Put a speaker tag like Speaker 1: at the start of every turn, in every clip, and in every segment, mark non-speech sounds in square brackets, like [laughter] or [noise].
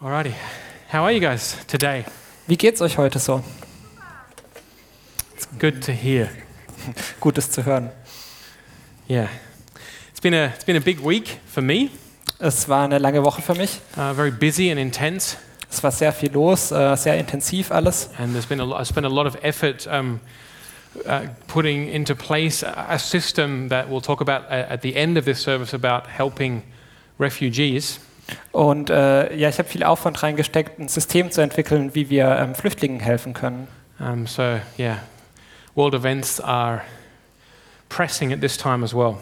Speaker 1: Alrighty. How are you guys today?
Speaker 2: Wie geht's euch heute so?
Speaker 1: It's good to hear.
Speaker 2: Gutes zu hören.
Speaker 1: Yeah. It's been a, it's been a big week for me,
Speaker 2: Es war eine lange Woche für mich.
Speaker 1: uh, very busy and intense.
Speaker 2: Es war sehr viel los, äh, sehr intensiv alles.
Speaker 1: And there's been a lot, I spent a lot of effort um, uh, putting into place a, a system that we'll talk about a- at the end of this service about helping refugees.
Speaker 2: Und äh, ja, ich habe viel Aufwand reingesteckt, ein System zu entwickeln, wie wir ähm, Flüchtlingen helfen können.
Speaker 1: Um, so, yeah, world events are pressing at this time as well.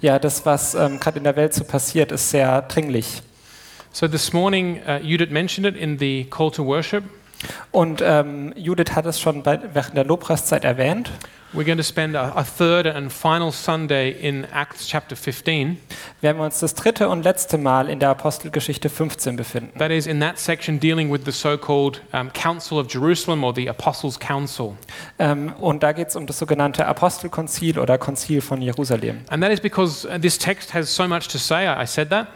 Speaker 2: Ja, das, was ähm, gerade in der Welt so passiert, ist sehr dringlich.
Speaker 1: So, this morning, uh, Judith mentioned it in the call to worship.
Speaker 2: Und ähm, Judith hat es schon bei, während der Lobpreiszeit erwähnt.
Speaker 1: We're going to spend a, a third and final Sunday in Acts chapter 15.
Speaker 2: Wir haben uns das dritte und letzte Mal in der Apostelgeschichte 15 befinden.
Speaker 1: That is, in that section dealing with the so called um, Council of Jerusalem or the Apostles' Council.
Speaker 2: Ähm, und da geht es um das sogenannte Apostelkonzil oder Konzil von Jerusalem.
Speaker 1: And that is because uh, this text has so much to say. I, I said that.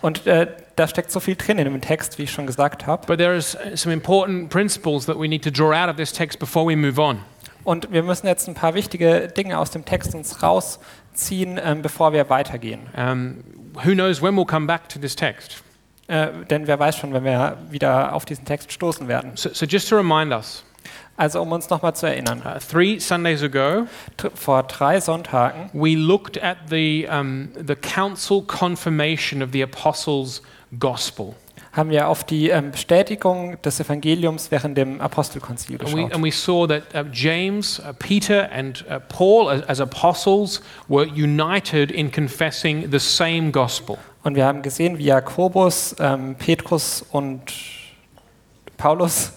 Speaker 2: Und äh, da steckt so viel drin in dem Text, wie ich schon gesagt habe.
Speaker 1: But there is uh, some important principles that we need to draw out of this text before we move on.
Speaker 2: Und wir müssen jetzt ein paar wichtige Dinge aus dem Text uns rausziehen, ähm, bevor wir weitergehen.
Speaker 1: Um, who knows when we'll come back to this text?
Speaker 2: Äh, denn wer weiß schon, wenn wir wieder auf diesen Text stoßen werden.
Speaker 1: So, so just to remind us,
Speaker 2: Also um uns nochmal zu erinnern,
Speaker 1: uh, three Sundays ago,
Speaker 2: dr- vor drei Sonntagen
Speaker 1: we looked at the, um, the council confirmation of the Apostles' gospel.
Speaker 2: haben wir auf die ähm, Bestätigung des Evangeliums während dem
Speaker 1: And
Speaker 2: Apostelkonzil
Speaker 1: we, and
Speaker 2: geschaut.
Speaker 1: we saw that uh, James, uh, Peter, and uh, Paul, as, as apostles, were united in confessing the same gospel.
Speaker 2: Und wir haben gesehen, wie Jakobus, ähm, Petrus und Paulus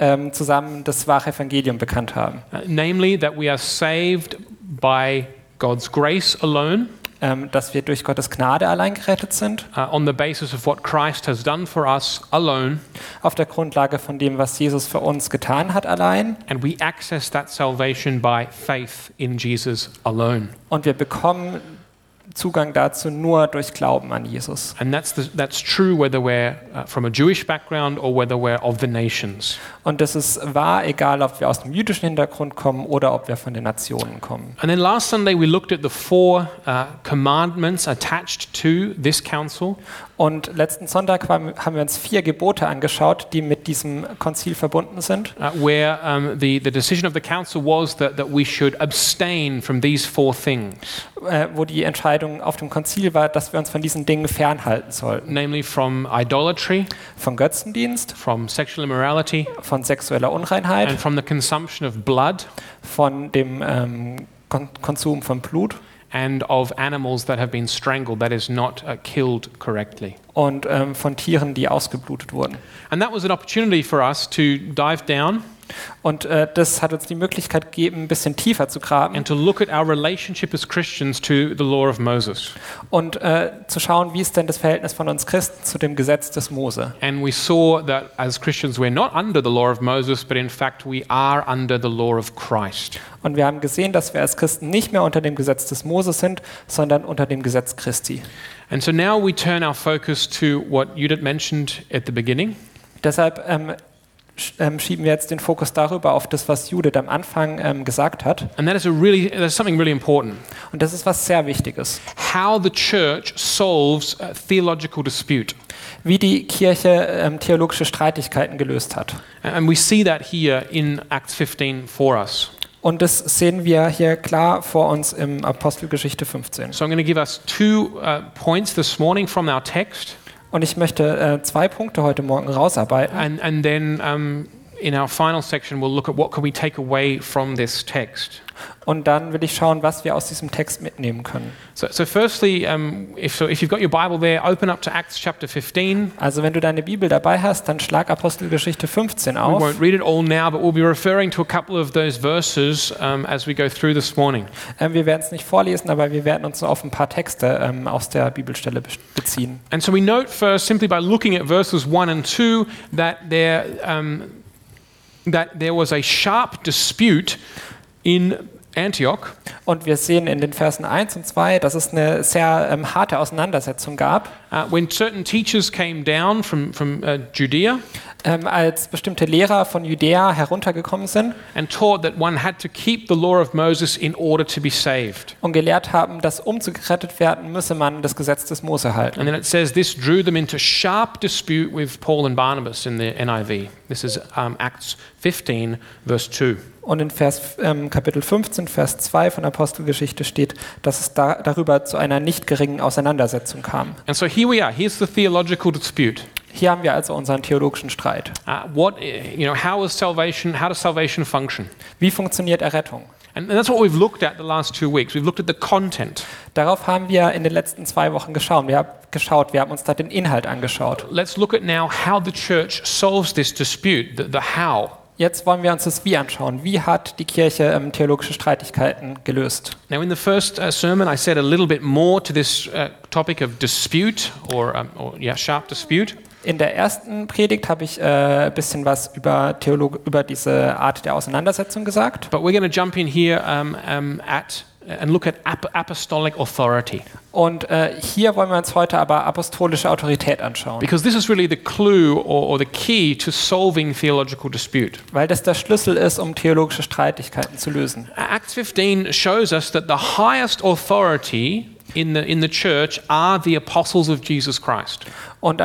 Speaker 2: ähm, zusammen das wahre Evangelium bekannt haben.
Speaker 1: Uh, namely, that we are saved by God's grace alone,
Speaker 2: Ähm, dass wir durch Gottes Gnade allein gerettet sind,
Speaker 1: uh, on the basis of what Christ has done for us alone,
Speaker 2: auf der Grundlage von dem, was Jesus für uns getan hat allein.
Speaker 1: and we access that salvation by faith in Jesus alone.
Speaker 2: Und wir bekommen Zugang dazu nur durch Glauben an Jesus.
Speaker 1: And that's, the, that's true whether we're uh, from a Jewish background or whether we're of the nations.
Speaker 2: Und das ist wahr, egal ob wir aus dem jüdischen Hintergrund kommen oder ob wir von den Nationen kommen.
Speaker 1: And then last Sunday, we looked at the four uh, commandments attached to this council.
Speaker 2: Und letzten Sonntag haben haben wir uns vier Gebote angeschaut, die mit diesem Konzil verbunden sind.
Speaker 1: uh, where um, the, the decision of the council was that, that we should abstain from these four things,
Speaker 2: äh, wo die Entscheidung auf dem Konzil war, dass wir uns von diesen Dingen fernhalten sollten.
Speaker 1: namely from idolatry,
Speaker 2: Von Götzendienst,
Speaker 1: from sexual immorality,
Speaker 2: von sexueller Unreinheit,
Speaker 1: and from the consumption of blood
Speaker 2: von dem ähm, Kon Konsum von Blut
Speaker 1: and of animals that have been strangled, that is, not uh, killed correctly.
Speaker 2: und ähm, von Tieren, die ausgeblutet wurden.
Speaker 1: And that was an opportunity for us to dive down
Speaker 2: Und äh, das hat uns die Möglichkeit gegeben, ein bisschen tiefer zu graben
Speaker 1: and to look at our relationship as Christians to the law of Moses.
Speaker 2: und äh, zu schauen, wie ist denn das Verhältnis von uns Christen zu dem Gesetz des Mose.
Speaker 1: And we saw that as Christians, we're not under the law of Moses, but in fact, we are under the law of Christ.
Speaker 2: Und wir haben gesehen, dass wir als Christen nicht mehr unter dem Gesetz des Mose sind, sondern unter dem Gesetz Christi.
Speaker 1: And so now we turn our focus to what Judith mentioned at the beginning,
Speaker 2: Deshalb ähm, sch ähm, schieben wir jetzt den Fokus darüber auf das, was Judith am Anfang ähm, gesagt hat.
Speaker 1: and that is a really that's something really important:
Speaker 2: Und das ist was sehr Wichtiges.
Speaker 1: how the church solves a theological dispute.
Speaker 2: Wie die Kirche ähm, theologische Streitigkeiten gelöst hat.
Speaker 1: And we see that here in Acts 15 for us.
Speaker 2: Und das sehen wir hier klar vor uns im Apostelgeschichte 15.
Speaker 1: So I'm going to give us two uh, points this morning from our text,
Speaker 2: Und ich möchte äh, zwei Punkte heute Morgen rausarbeiten.
Speaker 1: and and then. Um, in our final section, we'll look at what can we take away from this text.
Speaker 2: Und dann will ich schauen, was wir aus diesem Text mitnehmen können.
Speaker 1: So, so firstly, um, if, so if you've got your Bible there, open up to Acts chapter 15.
Speaker 2: Also wenn du deine Bibel dabei hast, dann schlag Apostelgeschichte 15
Speaker 1: We
Speaker 2: auf.
Speaker 1: won't read it all now, but we'll be referring to a couple of those verses um, as we go through this morning.
Speaker 2: Ähm, wir werden es nicht vorlesen, aber wir werden uns auf ein paar Texte ähm, aus der Bibelstelle be- beziehen.
Speaker 1: And so we note first, simply by looking at verses 1 and 2, that there, um, that there was a sharp dispute in Antioch,
Speaker 2: Und wir sehen in den Versen 1 und 2, dass es eine sehr ähm, harte Auseinandersetzung gab,
Speaker 1: uh, when certain teachers came down from, from uh, Judea
Speaker 2: ähm, als bestimmte Lehrer von Judäa heruntergekommen sind
Speaker 1: and taught that one had to keep the law of Moses in order to be saved.
Speaker 2: und gelehrt haben, dass um zu gerettet werden, müsse man das Gesetz des Mose halten.
Speaker 1: And then it says this drew them into sharp dispute with Paul and Barnabas in the NIV. This is um, Acts 15, verse 2.
Speaker 2: Und in Vers, ähm, Kapitel 15, Vers 2 von Apostelgeschichte steht, dass es da, darüber zu einer nicht geringen Auseinandersetzung kam.
Speaker 1: And so here we are. Here's the theological dispute.
Speaker 2: Hier haben wir also unseren theologischen Streit.
Speaker 1: Uh, what, eh, you know, how is salvation, how does salvation function?
Speaker 2: Wie funktioniert Errettung?
Speaker 1: And, and that's what we've looked at the last two weeks. We've looked at the content.
Speaker 2: Darauf haben wir in den letzten zwei Wochen geschaut. Wir, haben geschaut. wir haben uns da den Inhalt angeschaut.
Speaker 1: Let's look at now how the church solves this dispute, the, the how.
Speaker 2: Jetzt wollen wir uns das Wie anschauen. Wie hat die Kirche ähm, theologische Streitigkeiten gelöst?
Speaker 1: Now, in the first uh, sermon, I said a little bit more to this uh, topic of dispute or, um, or yeah, sharp dispute.
Speaker 2: In der ersten Predigt habe ich äh, ein bisschen was über, Theolog über diese Art der Auseinandersetzung gesagt.
Speaker 1: But we're going to jump in here um, um, at and look at ap- apostolic authority
Speaker 2: Und äh, hier wollen wir uns heute aber apostolische Autorität anschauen,
Speaker 1: because this is really the clue or, or the key to solving theological dispute.
Speaker 2: weil das der Schlüssel ist, um theologische Streitigkeiten zu lösen.
Speaker 1: Acts 15 shows us that the highest authority in the in the church are the apostles of Jesus Christ.
Speaker 2: Und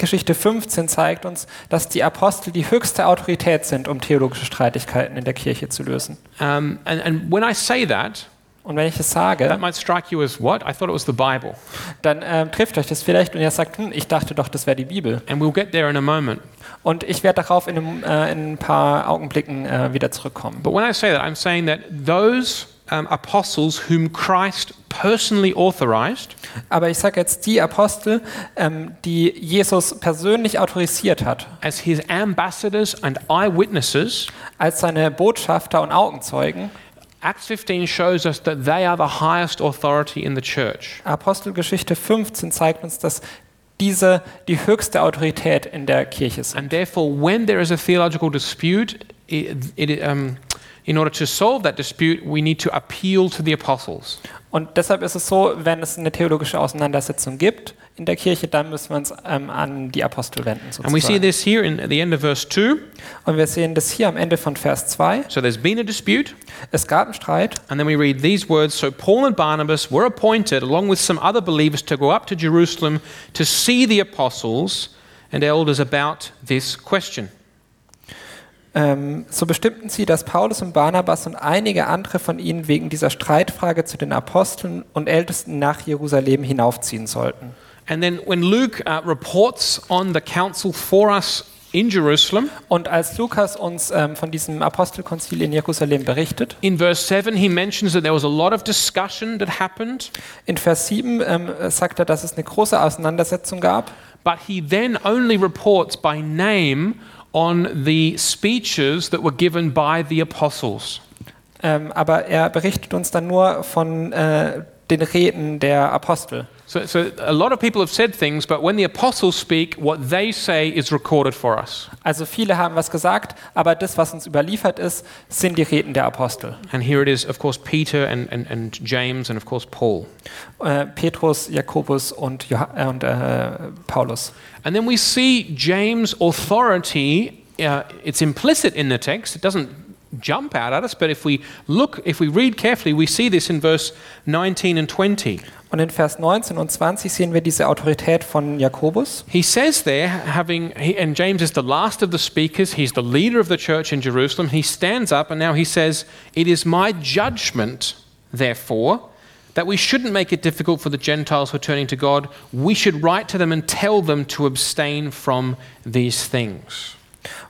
Speaker 2: Apostelgeschichte 15 zeigt uns, dass die Apostel die höchste Autorität sind, um theologische Streitigkeiten in der Kirche zu lösen.
Speaker 1: Um, and, and when I say that,
Speaker 2: Und wenn ich es sage,
Speaker 1: that might strike you as what? I thought it was the Bible.
Speaker 2: dann ähm, trifft euch das vielleicht und ihr sagt, hm, ich dachte doch, das wäre die Bibel.
Speaker 1: And we'll get there in a moment.
Speaker 2: Und ich werde darauf in, einem, äh, in ein paar Augenblicken äh, wieder zurückkommen.
Speaker 1: But when I say that, I'm saying that those um, apostles whom Christ personally authorized
Speaker 2: Aber ich sage jetzt die Apostel, ähm, die Jesus persönlich autorisiert hat,
Speaker 1: as his ambassadors and eyewitnesses,
Speaker 2: als seine Botschafter und Augenzeugen.
Speaker 1: Acts 15 shows us that they are the highest authority in the church.
Speaker 2: Apostelgeschichte 15 zeigt uns, dass diese die höchste Autorität in der Kirche sind.
Speaker 1: And therefore, when there is a theological dispute, it, it, um, in order to solve that dispute, we need to appeal to the apostles.
Speaker 2: Und deshalb ist es so, wenn es eine theologische Auseinandersetzung gibt in der Kirche, dann müssen wir uns ähm, an die Apostel wenden.
Speaker 1: And we see
Speaker 2: Sozusagen.
Speaker 1: this here in, at the end of verse 2.
Speaker 2: Und wir sehen das hier am Ende von Vers 2.
Speaker 1: So there's been a dispute.
Speaker 2: Es gab einen Streit
Speaker 1: And then we read these words So Paul and Barnabas were appointed, along with some other believers, to go up to Jerusalem to see the apostles and elders about this question.
Speaker 2: Ähm, so bestimmten sie, dass Paulus und Barnabas und einige andere von ihnen wegen dieser Streitfrage zu den Aposteln und Ältesten nach Jerusalem hinaufziehen sollten.
Speaker 1: And then when Luke uh, reports on the council for us in Jerusalem,
Speaker 2: Und als Lukas uns ähm, von diesem Apostelkonzil in Jerusalem berichtet,
Speaker 1: in verse 7, he mentions that there was a lot of discussion that happened,
Speaker 2: in Vers 7 ähm, sagt er, dass es eine große Auseinandersetzung gab,
Speaker 1: but he then only reports by name on the speeches that were given by the apostles.
Speaker 2: ähm, aber er berichtet uns dann nur von äh, den Reden der Apostel.
Speaker 1: So, so a lot of people have said things, but when the apostles speak, what they say is recorded for us.
Speaker 2: Also viele haben was gesagt, aber das, was uns überliefert ist, sind die Reden der Apostel.
Speaker 1: And here it is, of course, Peter and, and, and James and, of course, Paul.
Speaker 2: äh, Petrus, Jakobus und, Joha äh, und äh, Paulus.
Speaker 1: And then we see James' authority. Uh, it's implicit in the text. It doesn't jump out at us, but if we look, if we read carefully, we see this in verse 19 and 20.
Speaker 2: Und in Vers 19 und 20 sehen wir diese Autorität von Jakobus.
Speaker 1: He says there, having, he, and James is the last of the speakers, he's the leader of the church in Jerusalem. He stands up and now he says, It is my judgment, therefore, that we shouldn't make it difficult for the Gentiles returning to God. We should write to them and tell them to abstain from these things.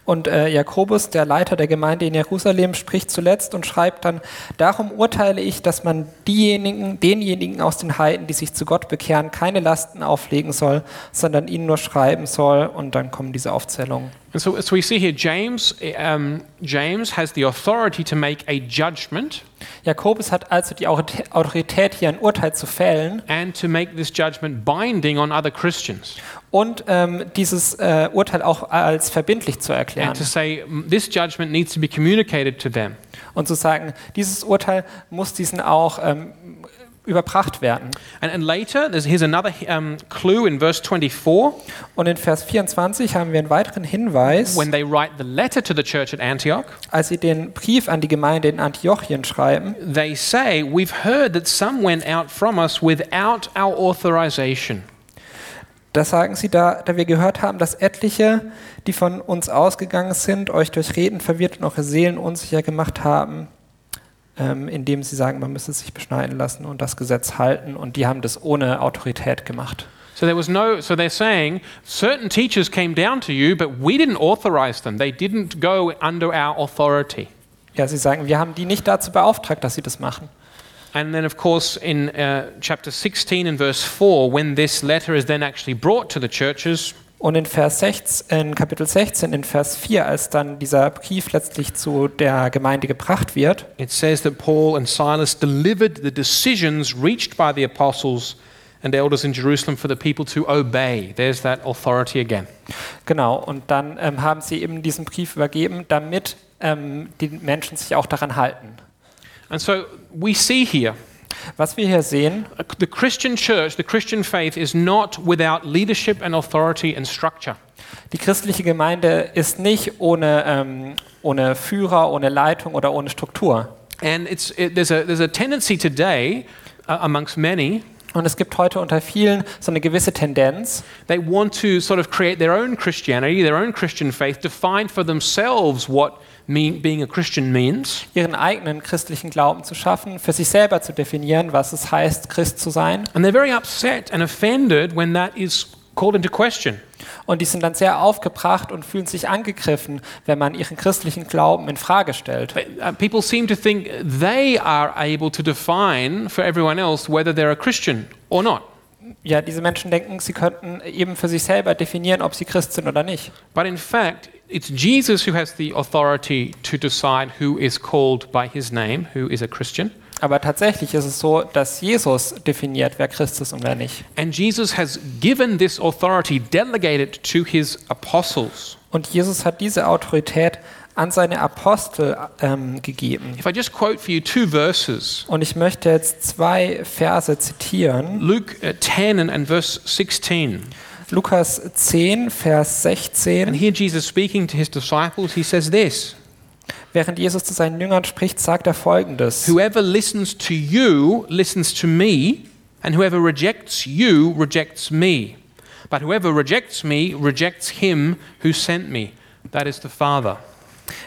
Speaker 2: Und äh, Jakobus, der Leiter der Gemeinde in Jerusalem, spricht zuletzt und schreibt dann, darum urteile ich, dass man diejenigen, denjenigen aus den Heiden, die sich zu Gott bekehren, keine Lasten auflegen soll, sondern ihnen nur schreiben soll. Und dann kommen diese Aufzählungen.
Speaker 1: And so, so we see here James, um, James has the authority to make a judgment
Speaker 2: Jakobus hat also die Autoritä- Autorität, hier ein Urteil zu fällen
Speaker 1: and to make this judgment binding on other Christians.
Speaker 2: und ähm, dieses äh, Urteil auch als verbindlich zu
Speaker 1: and
Speaker 2: erklären
Speaker 1: to say this judgment needs to be communicated to them.
Speaker 2: und zu sagen, dieses Urteil muss diesen auch ähm, überbracht werden.
Speaker 1: And, and later, there's, here's another um, clue in verse 24
Speaker 2: Und in Vers 24 haben wir einen weiteren Hinweis,
Speaker 1: when they write the letter to the church at Antioch.
Speaker 2: als sie den Brief an die Gemeinde in Antiochien schreiben.
Speaker 1: They say, We've heard that some went out from us without our authorization.
Speaker 2: Da sagen sie, da, da wir gehört haben, dass etliche, die von uns ausgegangen sind, euch durch Reden verwirrt und eure Seelen unsicher gemacht haben, ähm, indem sie sagen, man müsse sich beschneiden lassen und das Gesetz halten. Und die haben das ohne Autorität gemacht.
Speaker 1: So there was no so they're saying certain teachers came down to you but we didn't authorize them they didn't go under our authority.
Speaker 2: Ja, sie sagen, wir haben die nicht dazu beauftragt, dass sie das machen.
Speaker 1: And then of course in uh, chapter 16 and verse 4 when this letter is then actually brought to the churches
Speaker 2: Und in, Vers 16, in Kapitel 16, in Vers 4, als dann dieser Brief letztlich zu der Gemeinde gebracht wird,
Speaker 1: it says that Paul and Silas delivered the decisions reached by the apostles and elders in Jerusalem for the people to obey. There's that authority again.
Speaker 2: Genau, und dann ähm, haben sie eben diesen Brief übergeben, damit ähm, die Menschen sich auch daran halten.
Speaker 1: And so we see here
Speaker 2: Was wir hier sehen,
Speaker 1: uh, the Christian church, the Christian faith is not without leadership and authority and structure.
Speaker 2: die christliche Gemeinde ist nicht ohne, ähm, ohne Führer, ohne Leitung oder ohne Struktur.
Speaker 1: And it's, it, there's, a, there's a tendency today uh, amongst many,
Speaker 2: Und es gibt heute unter vielen so eine gewisse Tendenz,
Speaker 1: they want to sort of create their own Christianity, their own Christian faith, define for themselves what mean, being a Christian means.
Speaker 2: ihren eigenen christlichen Glauben zu schaffen, für sich selber zu definieren, was es heißt, Christ zu sein.
Speaker 1: And they're very upset and offended when that is called into question.
Speaker 2: Und die sind dann sehr aufgebracht und fühlen sich angegriffen, wenn man ihren christlichen Glauben in Frage stellt.
Speaker 1: But, uh, people seem to think they are able to define for everyone else whether they're a Christian or not.
Speaker 2: ja, diese Menschen denken, sie könnten eben für sich selber definieren, ob sie Christ sind oder nicht.
Speaker 1: But in fact, it's Jesus who has the authority to decide who is called by his name, who is a Christian.
Speaker 2: Aber tatsächlich ist es so, dass Jesus definiert, wer Christ ist und wer nicht.
Speaker 1: And Jesus has given this authority, delegated to his apostles.
Speaker 2: Und Jesus hat diese Autorität an seine Apostel ähm, gegeben.
Speaker 1: If I just quote for you two verses
Speaker 2: Und ich möchte jetzt zwei Verse zitieren.
Speaker 1: Luke uh, 10 and, and verse 16.
Speaker 2: Lukas 10, Vers
Speaker 1: And
Speaker 2: 16.
Speaker 1: here Jesus speaking to his disciples, he says this
Speaker 2: Während Jesus zu seinen Jüngern spricht, sagt er folgendes.
Speaker 1: Whoever listens to you listens to me, and whoever rejects you rejects me. But whoever rejects me rejects him who sent me. That is the Father.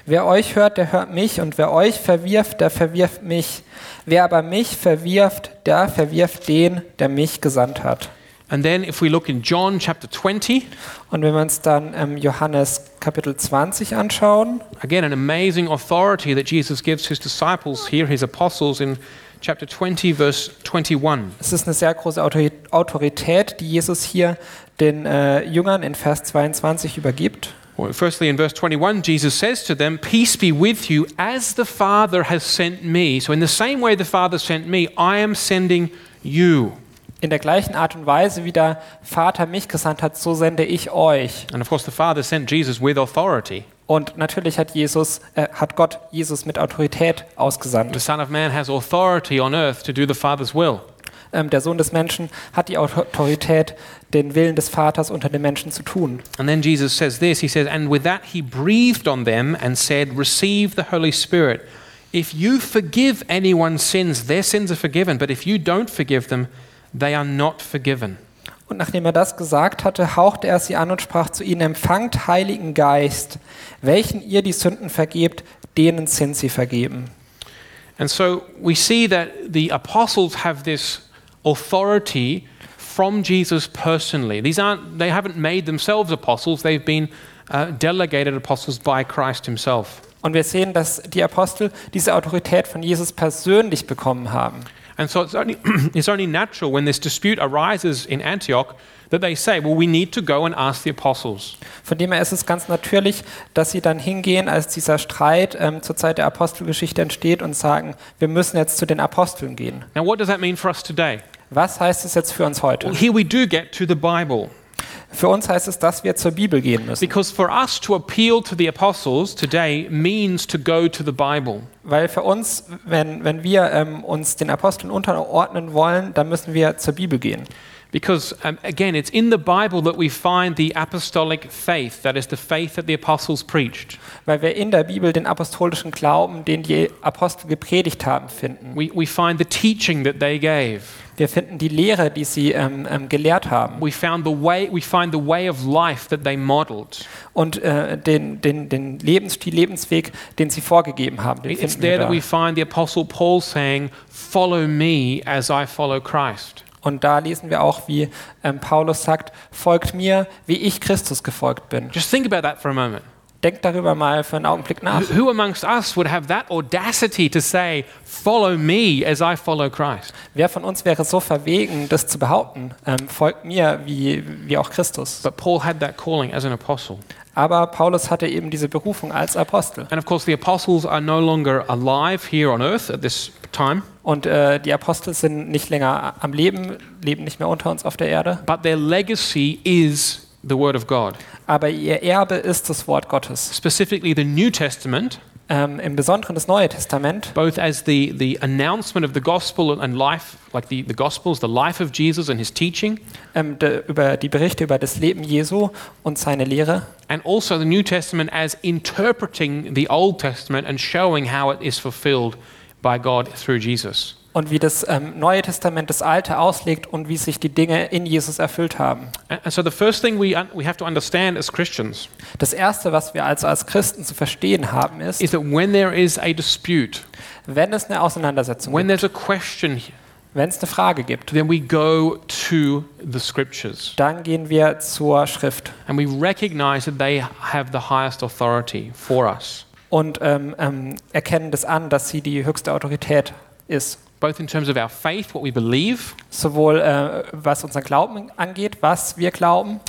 Speaker 2: Wer euch hört, der hört mich, und wer euch verwirft, der verwirft mich. Wer aber mich verwirft, der verwirft den, der mich gesandt hat.
Speaker 1: And then if we look in John chapter 20,
Speaker 2: Und wenn wir uns dann ähm, Johannes Kapitel 20 anschauen,
Speaker 1: again an amazing authority that Jesus gives his disciples here, his apostles, in chapter 20, verse 21.
Speaker 2: es ist eine sehr große Autori- Autorität, die Jesus hier den äh, Jüngern in Vers 22 übergibt.
Speaker 1: Well, firstly, in verse 21, Jesus says to them, Peace be with you, as the Father has sent me. So, in the same way the Father sent me, I am sending you.
Speaker 2: In der gleichen Art und Weise, wie der Vater mich gesandt hat, so sende ich euch.
Speaker 1: And of course, the Father sent Jesus with authority.
Speaker 2: Und natürlich hat Jesus, äh, hat Gott Jesus mit Autorität
Speaker 1: The
Speaker 2: ausgesandt.
Speaker 1: Son of Man has authority on earth to do the Father's will.
Speaker 2: Ähm, der Sohn des Menschen hat die Autorität, den Willen des Vaters unter den Menschen zu tun.
Speaker 1: And then Jesus says this He says, And with that he breathed on them and said, Receive the Holy Spirit. If you forgive anyone's sins, their sins are forgiven. But if you don't forgive them, they are not forgiven.
Speaker 2: Und nachdem er das gesagt hatte, hauchte er sie an und sprach zu ihnen, empfangt Heiligen Geist, welchen ihr die Sünden vergebt, denen sind sie vergeben.
Speaker 1: And so we see that the apostles have this authority from Jesus personally. These aren't, they haven't made themselves apostles, they've been uh, delegated apostles by Christ himself.
Speaker 2: Und wir sehen, dass die Apostel diese Autorität von Jesus persönlich bekommen haben.
Speaker 1: And so it's only, [clears throat] it's only natural when this dispute arises in Antioch that they say, well, we need to go and ask the apostles.
Speaker 2: Von dem her ist es ganz natürlich, dass sie dann hingehen, als dieser Streit ähm, zur Zeit der Apostelgeschichte entsteht und sagen, wir müssen jetzt zu den Aposteln gehen.
Speaker 1: Now, what does that mean for us today?
Speaker 2: Was heißt es jetzt für uns heute?
Speaker 1: Well, here we do get to the Bible.
Speaker 2: Für uns heißt es, dass wir zur Bibel gehen müssen.
Speaker 1: Because for us to appeal to the apostles today means to go to the Bible.
Speaker 2: Weil für uns, wenn, wenn wir ähm, uns den Aposteln unterordnen wollen, dann müssen wir zur Bibel gehen.
Speaker 1: Because um, again, it's in the Bible that we find the apostolic faith, that is, the faith that the apostles preached.
Speaker 2: Weil wir in der Bibel den apostolischen Glauben, den die Apostel gepredigt haben, finden.
Speaker 1: We, we find the teaching that they gave.
Speaker 2: Wir finden die Lehre, die sie ähm, ähm, gelehrt haben.
Speaker 1: We, found the way, we find the way of life that they modeled.
Speaker 2: Und äh, den, den, den Lebensstil, Lebensweg, den sie vorgegeben haben, den
Speaker 1: It's
Speaker 2: finden wir
Speaker 1: there that
Speaker 2: da.
Speaker 1: we find the apostle Paul saying, Follow me as I follow Christ.
Speaker 2: Und da lesen wir auch, wie ähm, Paulus sagt, folgt mir, wie ich Christus gefolgt bin.
Speaker 1: Just think about that for a moment.
Speaker 2: Denkt darüber mal für einen Augenblick nach.
Speaker 1: Who amongst us would have that audacity to say, Follow me as I follow Christ?
Speaker 2: Wer von uns wäre so verwegen, das zu behaupten? Ähm, folgt mir, wie, wie auch Christus.
Speaker 1: But Paul had that calling as an apostle.
Speaker 2: Aber Paulus hatte eben diese Berufung als Apostel.
Speaker 1: And of course, the apostles are no longer alive here on earth at this time,
Speaker 2: Und äh, die Apostel sind nicht länger am Leben, leben nicht mehr unter uns auf der Erde.
Speaker 1: but their legacy is the Word of God,
Speaker 2: Aber ihr Erbe ist das Wort Gottes.
Speaker 1: specifically the New Testament,
Speaker 2: Ähm, Im Besonderen das Neue Testament,
Speaker 1: both as the, the announcement of the gospel and life, like the, the Gospels, the life of Jesus and his teaching,
Speaker 2: ähm, de, über die Berichte über das Leben Jesu und seine Lehre.
Speaker 1: and also the New Testament as interpreting the Old Testament and showing how it is fulfilled by God through Jesus.
Speaker 2: Und wie das ähm, Neue Testament das Alte auslegt und wie sich die Dinge in Jesus erfüllt haben.
Speaker 1: And and so, the first thing we, un- we have to understand as Christians
Speaker 2: Das Erste, was wir also als Christen zu verstehen haben, ist,
Speaker 1: is that when there is a dispute,
Speaker 2: wenn es eine Auseinandersetzung
Speaker 1: when
Speaker 2: gibt,
Speaker 1: there's a question,
Speaker 2: wenn es eine Frage gibt,
Speaker 1: then we go to the scriptures
Speaker 2: dann gehen wir zur Schrift
Speaker 1: and we recognize that they have the highest authority for us,
Speaker 2: und ähm, ähm, erkennen das an, dass sie die höchste Autorität ist.
Speaker 1: both in terms of our faith, what we believe,
Speaker 2: Sowohl äh, was unseren Glauben angeht, was wir glauben,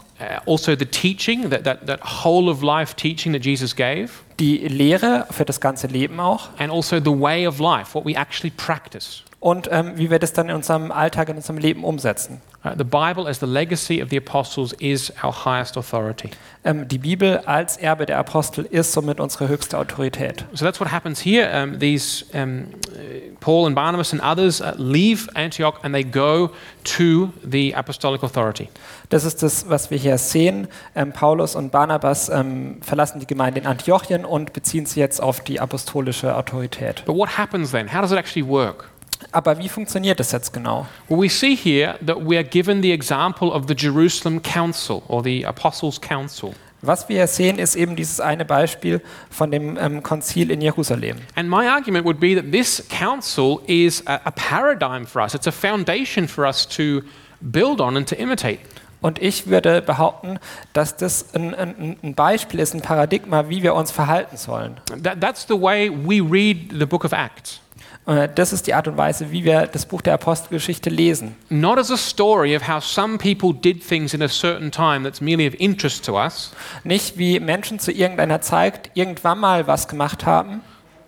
Speaker 1: uh, also the teaching, that, that, that whole of life teaching that Jesus gave,
Speaker 2: die Lehre für das ganze Leben auch
Speaker 1: and also the way of life, what we actually practice.
Speaker 2: und ähm, wie wir das dann in unserem Alltag, in unserem Leben umsetzen.
Speaker 1: Uh, the Bible, as the legacy of the apostles, is our highest authority.
Speaker 2: Ähm, die Bibel als Erbe der Apostel ist somit unsere höchste Autorität.
Speaker 1: So that's what happens here. Um, these um, uh, Paul and Barnabas and others uh, leave Antioch and they go to the apostolic authority.
Speaker 2: Das ist das, was wir hier sehen. Ähm, Paulus und Barnabas ähm, verlassen die Gemeinde in Antiochien und beziehen sie jetzt auf die apostolische Autorität.
Speaker 1: But what happens then? How does it actually work?
Speaker 2: Aber wie funktioniert das jetzt genau?
Speaker 1: Well, we see here that we are given the example of the Jerusalem Council or the Apostles' Council.
Speaker 2: Was wir hier sehen, ist eben dieses eine Beispiel von dem ähm, Konzil in Jerusalem.
Speaker 1: And my argument would be that this council is a, a paradigm for us, it's a foundation for us to build on and to imitate.
Speaker 2: Und ich würde behaupten, dass das ein, ein, ein Beispiel ist, ein Paradigma, wie wir uns verhalten sollen.
Speaker 1: That, that's the way we read the book of Acts.
Speaker 2: Äh, das ist die Art und Weise, wie wir das Buch der Apostelgeschichte lesen.
Speaker 1: Not as a story of how some people did things in a certain time that's merely of interest to us,
Speaker 2: Nicht wie Menschen zu irgendeiner Zeit irgendwann mal was gemacht haben,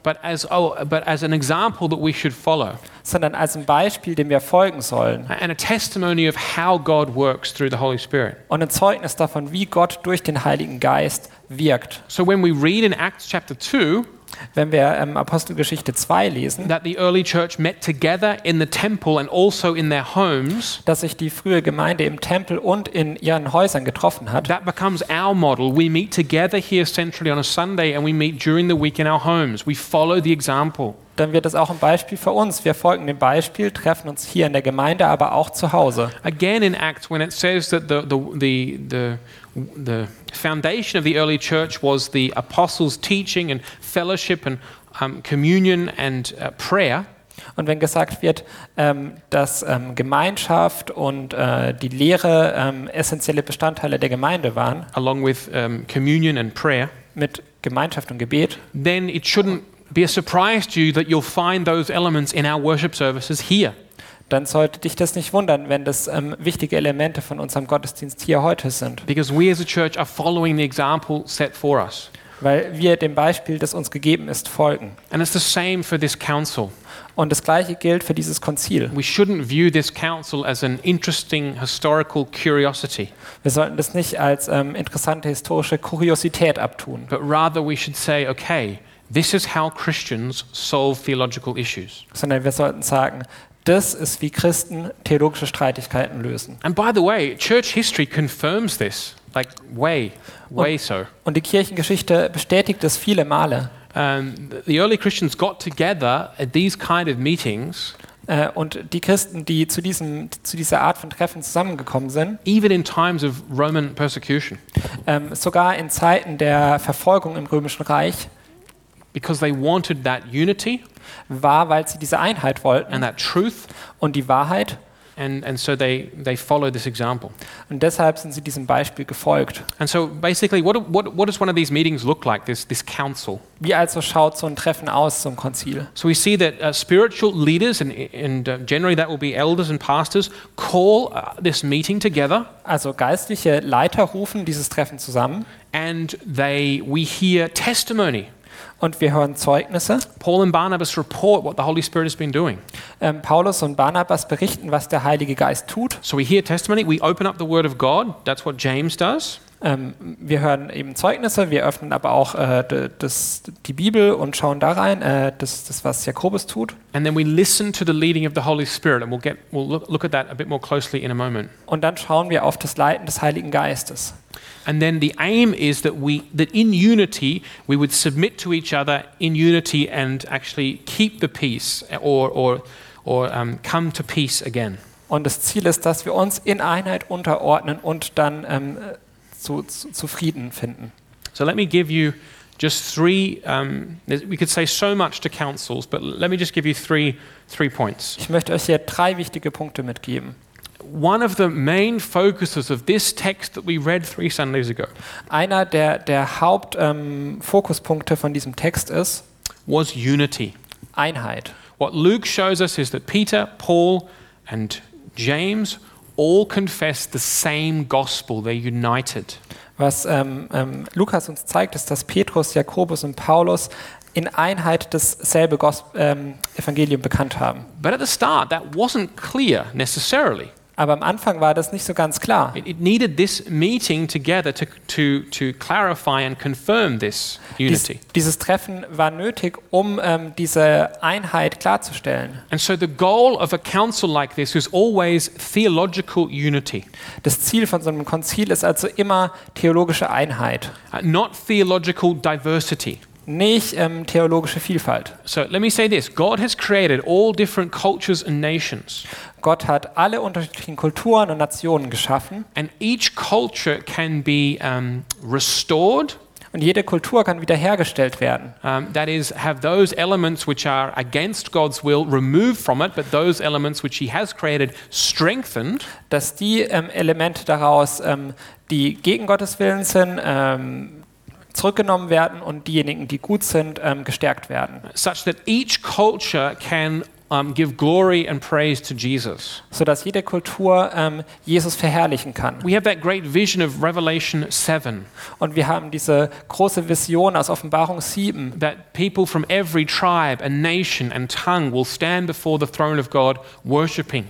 Speaker 1: but as, oh, but as an example that we should follow
Speaker 2: sondern als ein Beispiel, dem wir folgen sollen
Speaker 1: and a testimony of how God works through the Holy Spirit.
Speaker 2: und ein Zeugnis davon, wie Gott durch den Heiligen Geist wirkt.
Speaker 1: So when we read in Acts chapter 2
Speaker 2: Wenn wir ähm, Apostelgeschichte 2 lesen,
Speaker 1: that the early church met together in the temple and also in their homes,
Speaker 2: dass sich die frühe Gemeinde im Tempel und in ihren Häusern getroffen hat,
Speaker 1: that becomes our model. We meet together here centrally on a Sunday and we meet during the week in our homes. We follow the example.
Speaker 2: dann wird das auch ein Beispiel für uns. Wir folgen dem Beispiel, treffen uns hier in der Gemeinde, aber auch zu Hause.
Speaker 1: Again in Acts when it says that the the the, the the foundation of the early church was the apostles' teaching and fellowship and um, communion and uh, prayer.
Speaker 2: Und wenn gesagt wird, ähm, dass ähm, Gemeinschaft und äh, die Lehre ähm, essentielle Bestandteile der Gemeinde waren,
Speaker 1: along with um, communion and prayer,
Speaker 2: mit Gemeinschaft und Gebet,
Speaker 1: then it shouldn't be a surprise to you that you'll find those elements in our worship services here.
Speaker 2: dann sollte dich das nicht wundern, wenn das ähm, wichtige Elemente von unserem Gottesdienst hier heute sind,
Speaker 1: Because we as a church are following the example set for us.
Speaker 2: weil wir dem Beispiel, das uns gegeben ist, folgen.
Speaker 1: And it's the same for this council.
Speaker 2: Und das Gleiche gilt für dieses Konzil.
Speaker 1: We shouldn't view this council as an interesting historical curiosity,
Speaker 2: Wir sollten das nicht als ähm, interessante historische Kuriosität abtun,
Speaker 1: but rather we should say, okay, this is how Christians solve theological issues.
Speaker 2: sondern wir sollten sagen, das ist wie Christen theologische Streitigkeiten lösen.
Speaker 1: And by the way, church history confirms this, like way, way so.
Speaker 2: Und die Kirchengeschichte bestätigt das viele Male.
Speaker 1: Um, the early Christians got together at these kind of meetings,
Speaker 2: Äh, und die Christen, die zu, diesem, zu dieser Art von Treffen zusammengekommen sind,
Speaker 1: even in times of Roman persecution,
Speaker 2: ähm, sogar in Zeiten der Verfolgung im Römischen Reich,
Speaker 1: because they wanted that unity
Speaker 2: war, weil sie diese Einheit wollten
Speaker 1: and that truth,
Speaker 2: und die Wahrheit.
Speaker 1: and, and so they, they followed this example.
Speaker 2: Und deshalb sind sie diesem Beispiel gefolgt.
Speaker 1: And so basically, what, what, what does one of these meetings look like, this, this council?
Speaker 2: Wie also schaut so ein Treffen aus, so ein Konzil?
Speaker 1: So we see that uh, spiritual leaders, and, and uh, generally that will be elders and pastors, call uh, this meeting together,
Speaker 2: Also geistliche Leiter rufen dieses Treffen zusammen
Speaker 1: and they, we hear testimony.
Speaker 2: und wir hören Zeugnisse.
Speaker 1: Paul and Barnabas report what the Holy Spirit has been doing.
Speaker 2: Ähm, Paulus und Barnabas berichten, was der Heilige Geist tut.
Speaker 1: So we hear testimony, we open up the Word of God. That's what James does.
Speaker 2: Ähm, wir hören eben Zeugnisse, wir öffnen aber auch äh, d- das, die Bibel und schauen da rein, äh, das, das, was Jakobus tut.
Speaker 1: And then we listen to the leading of the Holy Spirit, and we'll, get, we'll look, look at that a bit more closely in a moment.
Speaker 2: Und dann schauen wir auf das Leiten des Heiligen Geistes.
Speaker 1: And then the aim is that we that in unity we would submit to each other in unity and actually keep the peace or or or um, come to peace again.
Speaker 2: Und das Ziel ist, dass wir uns in Einheit unterordnen und dann ähm, zu, zu, zu Frieden finden.
Speaker 1: So let me give you just three. Um, there's- we could say so much to councils, but let me just give you three three points.
Speaker 2: Ich möchte euch hier drei wichtige Punkte mitgeben.
Speaker 1: One of the main focuses of this text that we read three Sundays ago
Speaker 2: Einer der, der Hauptfokuspunkte ähm, Fokuspunkte von diesem Text ist
Speaker 1: was unity.
Speaker 2: Einheit.
Speaker 1: What Luke shows us is that Peter, Paul, and James all confess the same gospel. They're united.
Speaker 2: Was ähm, ähm, Lukas uns zeigt, ist, dass Petrus, Jakobus und Paulus in Einheit dasselbe Gos ähm, Evangelium bekannt haben.
Speaker 1: But at the start, that wasn't clear necessarily.
Speaker 2: Aber am Anfang war das nicht so ganz klar.
Speaker 1: It, it needed this meeting together to, to, to clarify and confirm this
Speaker 2: Dies,
Speaker 1: unity.
Speaker 2: dieses Treffen war nötig, um ähm, diese Einheit klarzustellen.
Speaker 1: And so the goal of a council like this is always theological unity,
Speaker 2: Das Ziel von so einem Konzil ist also immer theologische Einheit,
Speaker 1: uh, not theological diversity.
Speaker 2: nicht ähm, theologische Vielfalt.
Speaker 1: So let me say this God has created all different cultures and nations.
Speaker 2: Gott hat alle unterschiedlichen Kulturen und Nationen geschaffen
Speaker 1: And each culture can be um, restored,
Speaker 2: und jede Kultur kann wiederhergestellt werden.
Speaker 1: um, that is, have those elements which are against God's will removed from it, but those elements which He has created strengthened.
Speaker 2: Dass die ähm, Elemente daraus, ähm, die gegen Gottes Willen sind, ähm, zurückgenommen werden und diejenigen, die gut sind, ähm, gestärkt werden.
Speaker 1: such that each culture can um, give glory and praise to Jesus.
Speaker 2: Sodass jede Kultur ähm, Jesus verherrlichen kann.
Speaker 1: We have that great vision of Revelation 7
Speaker 2: Und wir haben diese große Vision aus Offenbarung 7,
Speaker 1: that people from every tribe and nation and tongue will stand before the throne of God worshiping.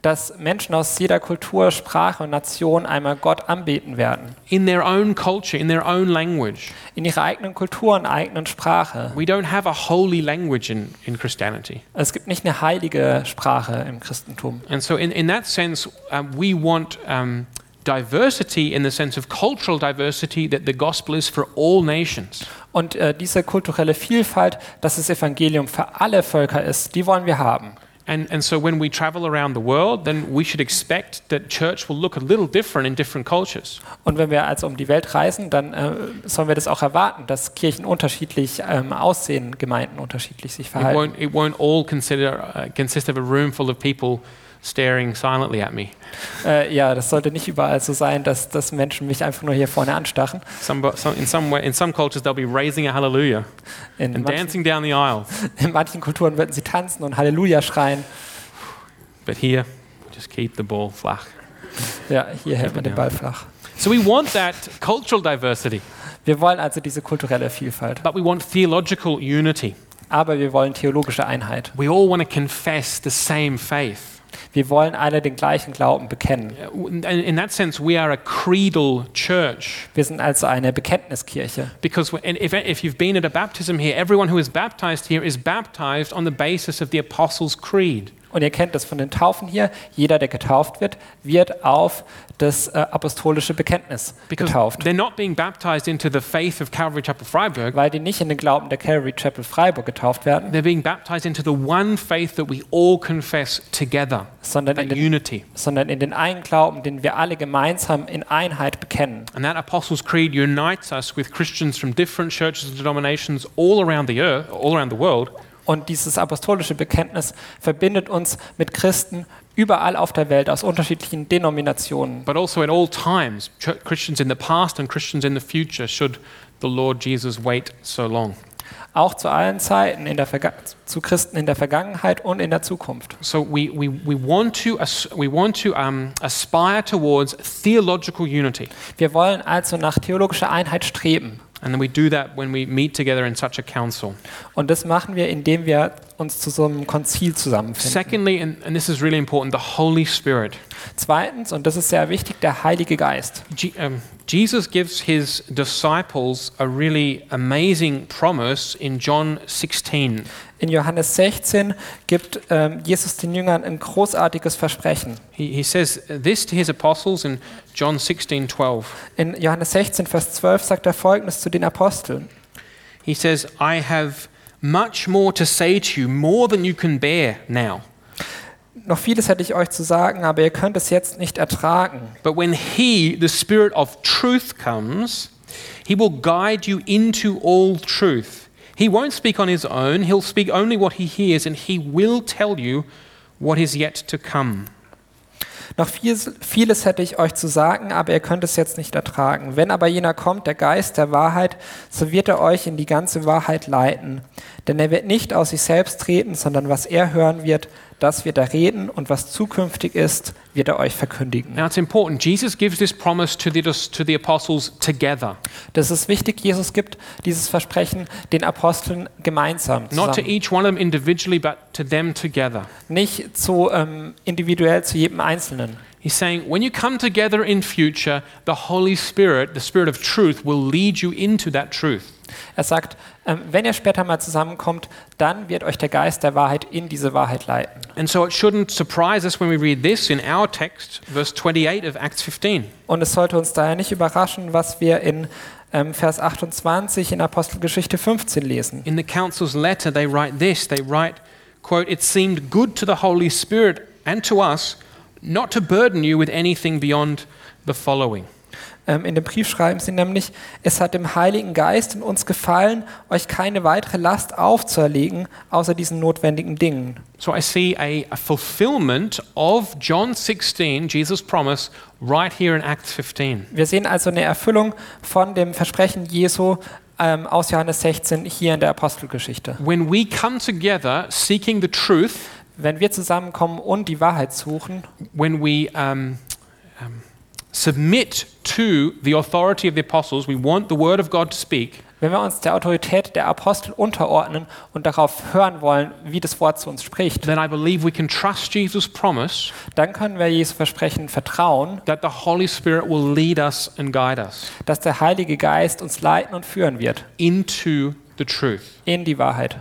Speaker 2: dass Menschen aus jeder Kultur, Sprache und Nation einmal Gott anbeten werden.
Speaker 1: In their own culture, in their own language.
Speaker 2: In ihrer eigenen Kultur und eigenen Sprache.
Speaker 1: We don't have a holy language in, in Christianity.
Speaker 2: Es gibt nicht eine heilige Sprache im Christentum.
Speaker 1: And so, in, in that sense, um, we want um, diversity in the sense of cultural diversity that the gospel is for all nations.
Speaker 2: Und äh, diese kulturelle Vielfalt, dass das Evangelium für alle Völker ist, die wollen wir haben.
Speaker 1: And, and so when we travel around the world, then we should expect that church will look a little different in different cultures.
Speaker 2: Und wenn wir also um die Welt reisen, dann äh, sollen wir das auch erwarten, dass Kirchen unterschiedlich ähm, aussehen, Gemeinden unterschiedlich sich
Speaker 1: It
Speaker 2: verhalten.
Speaker 1: won't, it won't all consider, uh, consist of a room full of people staring silently at me.
Speaker 2: Äh, ja, das sollte nicht überall so sein, dass, dass Menschen mich einfach nur hier vorne anstachen.
Speaker 1: Some, some, in, some way, in some cultures, they'll be raising a hallelujah
Speaker 2: In
Speaker 1: and dancing
Speaker 2: manchen,
Speaker 1: down the aisle.
Speaker 2: in manchen Kulturen würden sie tanzen und Halleluja schreien.
Speaker 1: But here, just keep the ball flach.
Speaker 2: Ja, hier hält man den Ball flach.
Speaker 1: So we want that cultural diversity,
Speaker 2: Wir wollen also diese kulturelle Vielfalt,
Speaker 1: but we want theological unity.
Speaker 2: aber wir wollen theologische Einheit.
Speaker 1: We all want to confess the same faith.
Speaker 2: Wir wollen alle den gleichen Glauben bekennen.
Speaker 1: Uh, In in that sense, we are a creedal church
Speaker 2: Wir sind also eine Bekenntniskirche.
Speaker 1: because we- and if, if you've been at a baptism here, everyone who is baptized here is baptized on the basis of the Apostles' Creed.
Speaker 2: Und ihr kennt das von den Taufen hier. Jeder, der getauft wird, wird auf das äh, apostolische Bekenntnis
Speaker 1: Because
Speaker 2: getauft.
Speaker 1: they're not being baptized into the faith of Calvary Chapel Freiburg.
Speaker 2: Weil die nicht in den Glauben der Calvary Chapel Freiburg getauft werden,
Speaker 1: They're being baptized into the one faith that we all confess together,
Speaker 2: sondern in
Speaker 1: that
Speaker 2: den
Speaker 1: unity.
Speaker 2: sondern in den einen Glauben, den wir alle gemeinsam in Einheit bekennen.
Speaker 1: And that Apostles' Creed unites us with Christians from different churches and denominations all around the earth, all around the world,
Speaker 2: Und dieses apostolische Bekenntnis verbindet uns mit Christen überall auf der Welt aus unterschiedlichen Denominationen.
Speaker 1: but also at all times. Ch- Christians in the past and Christians in the future, should the Lord Jesus wait so long.
Speaker 2: Auch zu allen Zeiten, in der Verga zu Christen in der Vergangenheit und in der Zukunft.
Speaker 1: So we, we, we want to, as- we want to um, aspire towards theological unity.
Speaker 2: Wir wollen also nach theologischer Einheit streben.
Speaker 1: And then we do that when we meet together in such a council.
Speaker 2: Und das machen wir, indem wir uns zu so einem Konzil zusammenfinden.
Speaker 1: Secondly, and, and this is really important, the Holy Spirit.
Speaker 2: Zweitens, und das ist sehr wichtig, der Heilige Geist.
Speaker 1: Je- um, Jesus gives his disciples a really amazing promise in John 16.
Speaker 2: In Johannes 16 gibt ähm, Jesus den Jüngern ein großartiges Versprechen.
Speaker 1: He, he says this to his apostles in John 16 12.
Speaker 2: In Johannes 16, Vers 12 sagt er folgendes zu den Aposteln.
Speaker 1: He says, I have much more to say to you, more than you can bear now.
Speaker 2: Noch vieles hätte ich euch zu sagen, aber ihr könnt es jetzt nicht ertragen.
Speaker 1: But when he, the Spirit of truth, comes, he will guide you into all truth. He won't speak on his own, he'll speak only what he hears, and he will tell you what is yet to come.
Speaker 2: Noch vieles, vieles hätte ich euch zu sagen, aber ihr könnt es jetzt nicht ertragen. Wenn aber jener kommt, der Geist der Wahrheit, so wird er euch in die ganze Wahrheit leiten. Denn er wird nicht aus sich selbst reden, sondern was er hören wird, das wird er reden und was zukünftig ist, wird er euch verkündigen.
Speaker 1: Now it's important. Jesus gives this promise to the, to the apostles together,
Speaker 2: Das ist wichtig. Jesus gibt dieses Versprechen den Aposteln gemeinsam.
Speaker 1: not
Speaker 2: Zusammen.
Speaker 1: to each one of them individually, but to them together.
Speaker 2: Nicht zu ähm, individuell zu jedem Einzelnen.
Speaker 1: He's saying, when you come together in future, the Holy Spirit, the Spirit of truth, will lead you into that truth.
Speaker 2: Er sagt, ähm, wenn ihr später mal zusammenkommt, dann wird euch der Geist der Wahrheit in diese Wahrheit leiten.
Speaker 1: And so it shouldn't surprise us when we read this in our text, verse 28 of Acts 15.
Speaker 2: Und es sollte uns daher nicht überraschen, was wir in ähm, Vers 28 in Apostelgeschichte 15 lesen.
Speaker 1: In the council's letter, they write this they write, quote, It seemed good to the Holy Spirit and to us not to burden you with anything beyond the following.
Speaker 2: Ähm, in dem Brief schreiben sie nämlich, es hat dem Heiligen Geist in uns gefallen, euch keine weitere Last aufzuerlegen, außer diesen notwendigen Dingen.
Speaker 1: So I see a, a fulfillment of John 16, Jesus' promise, right here in Acts 15.
Speaker 2: Wir sehen also eine Erfüllung von dem Versprechen Jesu ähm, aus Johannes 16 hier in der Apostelgeschichte.
Speaker 1: When we come together seeking the truth,
Speaker 2: Wenn wir zusammenkommen und die Wahrheit suchen,
Speaker 1: when we um, um, submit to the authority of the apostles, we want the word of God to speak,
Speaker 2: Wenn wir uns der Autorität der Apostel unterordnen und darauf hören wollen, wie das Wort zu uns spricht,
Speaker 1: then I believe we can trust Jesus' promise
Speaker 2: dann können wir Jesu Versprechen vertrauen,
Speaker 1: that the Holy Spirit will lead us and guide us
Speaker 2: dass der Heilige Geist uns leiten und führen wird
Speaker 1: into the truth.
Speaker 2: in die Wahrheit.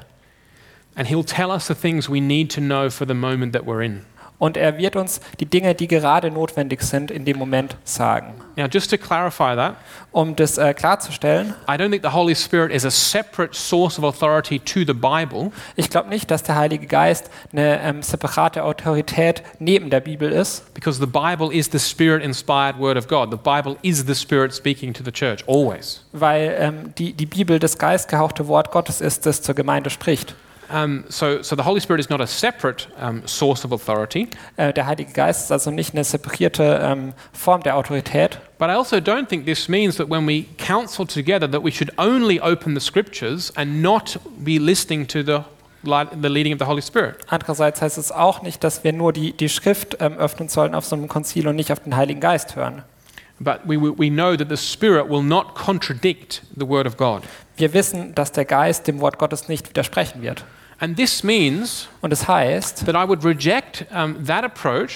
Speaker 1: And he'll tell us the things we need to know for the moment that we're in.
Speaker 2: Und er wird uns die Dinge, die gerade notwendig sind, in dem Moment sagen.
Speaker 1: Now, just to clarify that,
Speaker 2: Um das äh, klarzustellen,
Speaker 1: I don't think the Holy Spirit is a separate source of authority to the Bible,
Speaker 2: ich glaube nicht, dass der Heilige Geist eine ähm, separate Autorität neben der Bibel ist,
Speaker 1: because the Bible is the Spirit inspired Word of God. The Bible is the Spirit speaking to the church, always.
Speaker 2: weil ähm, die, die Bibel das geistgehauchte Wort Gottes ist, das zur Gemeinde spricht.
Speaker 1: Um, so, so the Holy Spirit is not a separate um, source of authority,
Speaker 2: Äh, der Heilige Geist ist also nicht eine separierte ähm, Form der Autorität.
Speaker 1: but I also don't think this means that when we counsel together that we should only open the Scriptures and not be listening to the, li- the leading of the Holy Spirit.
Speaker 2: Andererseits heißt es auch nicht, dass wir nur die, die Schrift ähm, öffnen sollen auf so einem Konzil und nicht auf den Heiligen Geist hören.
Speaker 1: But we, we- we know that the Spirit will not contradict the Word of God.
Speaker 2: Wir wissen, dass der Geist dem Wort Gottes nicht widersprechen wird.
Speaker 1: And this means
Speaker 2: Und es das heißt,
Speaker 1: that I would reject um, that approach,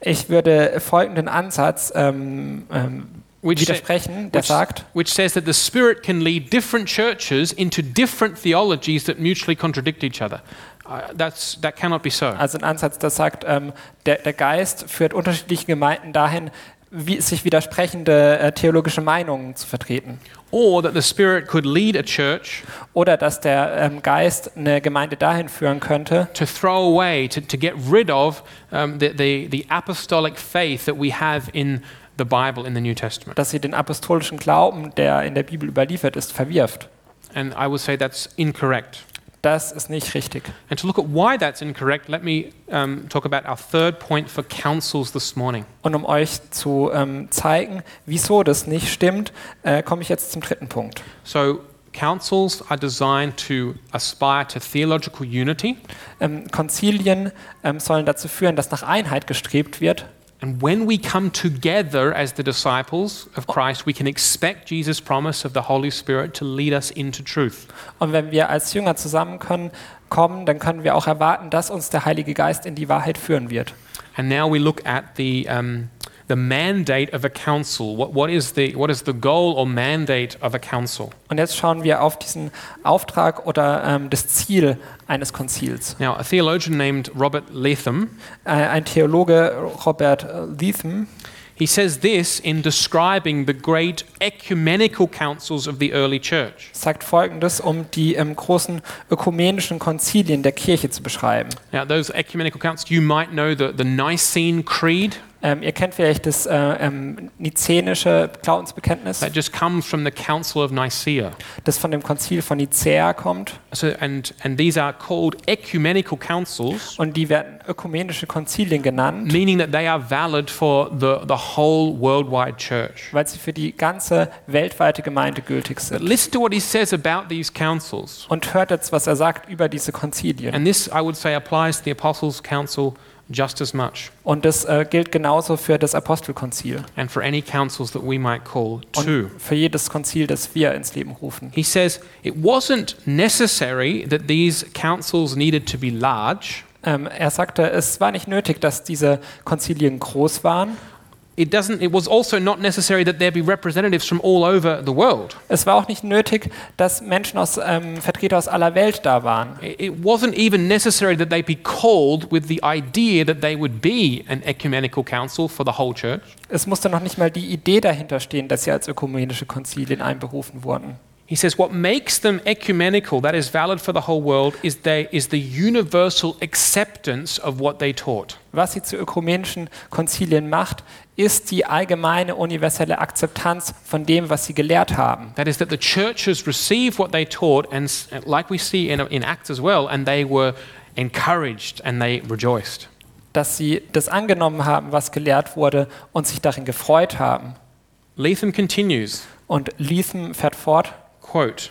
Speaker 2: ich würde folgenden Ansatz ähm, ähm,
Speaker 1: which, sa-
Speaker 2: widersprechen, der
Speaker 1: which-
Speaker 2: sagt,
Speaker 1: which says that the Spirit can lead different churches into different theologies that mutually contradict each other. Uh, that's, that cannot be so.
Speaker 2: also ein Ansatz, der sagt, ähm, der, der Geist führt unterschiedlichen Gemeinden dahin, wie, sich widersprechende äh, theologische Meinungen zu vertreten.
Speaker 1: Or that the Spirit could lead a church
Speaker 2: Oder dass der ähm, Geist eine Gemeinde dahin führen könnte,
Speaker 1: to throw away, to, to get rid of um, the, the, the apostolic faith that we have in the Bible, in the New Testament.
Speaker 2: dass sie den apostolischen Glauben, der in der Bibel überliefert ist, verwirft.
Speaker 1: And I would say that's incorrect.
Speaker 2: Das ist nicht richtig.
Speaker 1: And to look at why that's incorrect, let me um, talk about our third point for councils this morning.
Speaker 2: Und um euch zu ähm, zeigen, wieso das nicht stimmt, äh, komme ich jetzt zum dritten Punkt.
Speaker 1: So, councils are designed to aspire to theological unity.
Speaker 2: Ähm, Konzilien ähm, sollen dazu führen, dass nach Einheit gestrebt wird.
Speaker 1: And when we come together as the disciples of Christ, we can expect Jesus' promise of the Holy Spirit to lead us into truth.
Speaker 2: Und wenn wir als Jünger zusammen können, kommen, dann können wir auch erwarten, dass uns der Heilige Geist in die Wahrheit führen wird.
Speaker 1: And now we look at the, um, the mandate of a council. What, what, is the, what is the goal or mandate of a council?
Speaker 2: Und jetzt schauen wir auf diesen Auftrag oder ähm, das Ziel eines Konzils.
Speaker 1: Now, a theologian named Robert Latham,
Speaker 2: Äh, ein Theologe, Robert äh, Leatham,
Speaker 1: he says this in describing the great ecumenical councils of the early church.
Speaker 2: sagt Folgendes, um die ähm, großen ökumenischen Konzilien der Kirche zu beschreiben.
Speaker 1: Now, those ecumenical councils, you might know the, the Nicene Creed
Speaker 2: Ähm, ihr kennt vielleicht das äh, ähm, nizänische Glaubensbekenntnis,
Speaker 1: that just comes from the Council of Nicaea.
Speaker 2: das von dem Konzil von Nicäa kommt.
Speaker 1: So, and, and these are called ecumenical councils,
Speaker 2: Und die werden ökumenische Konzilien genannt,
Speaker 1: meaning that they are valid for the, the whole worldwide church.
Speaker 2: weil sie für die ganze weltweite Gemeinde gültig
Speaker 1: But
Speaker 2: sind.
Speaker 1: listen to what he says about these councils.
Speaker 2: Und hört jetzt, was er sagt über diese Konzilien.
Speaker 1: And this, I would say, applies to the Apostles' Council just as much,
Speaker 2: Und das äh, gilt genauso für das Apostelkonzil
Speaker 1: and for any councils that we might call
Speaker 2: und
Speaker 1: too.
Speaker 2: für jedes Konzil, das wir ins Leben rufen.
Speaker 1: He says it wasn't necessary that these councils needed to be large.
Speaker 2: Ähm, er sagte, es war nicht nötig, dass diese Konzilien groß waren.
Speaker 1: It, doesn't, it was also not necessary that there be representatives from all over the world.
Speaker 2: Es war auch nicht nötig, dass Menschen aus ähm, Vertreter aus aller Welt da waren.
Speaker 1: It it wasn't even necessary that they be called with the idea that they would be an ecumenical council for the whole church.
Speaker 2: Es musste noch nicht mal die Idee dahinter stehen, dass sie als ökumenische Konzilien einberufen wurden.
Speaker 1: He says, What makes them ecumenical, that is valid for the whole world, is, they, is the universal acceptance of what they taught.
Speaker 2: Was sie zu ökumenischen Konzilien macht, ist die allgemeine universelle Akzeptanz von dem, was sie gelehrt haben.
Speaker 1: That is, that the churches received what they taught, and s- like we see in, in Acts as well, and they were encouraged and they rejoiced.
Speaker 2: Dass sie das angenommen haben, was gelehrt wurde und sich darin gefreut haben.
Speaker 1: Leatham continues,
Speaker 2: Und Leatham fährt fort,
Speaker 1: quote,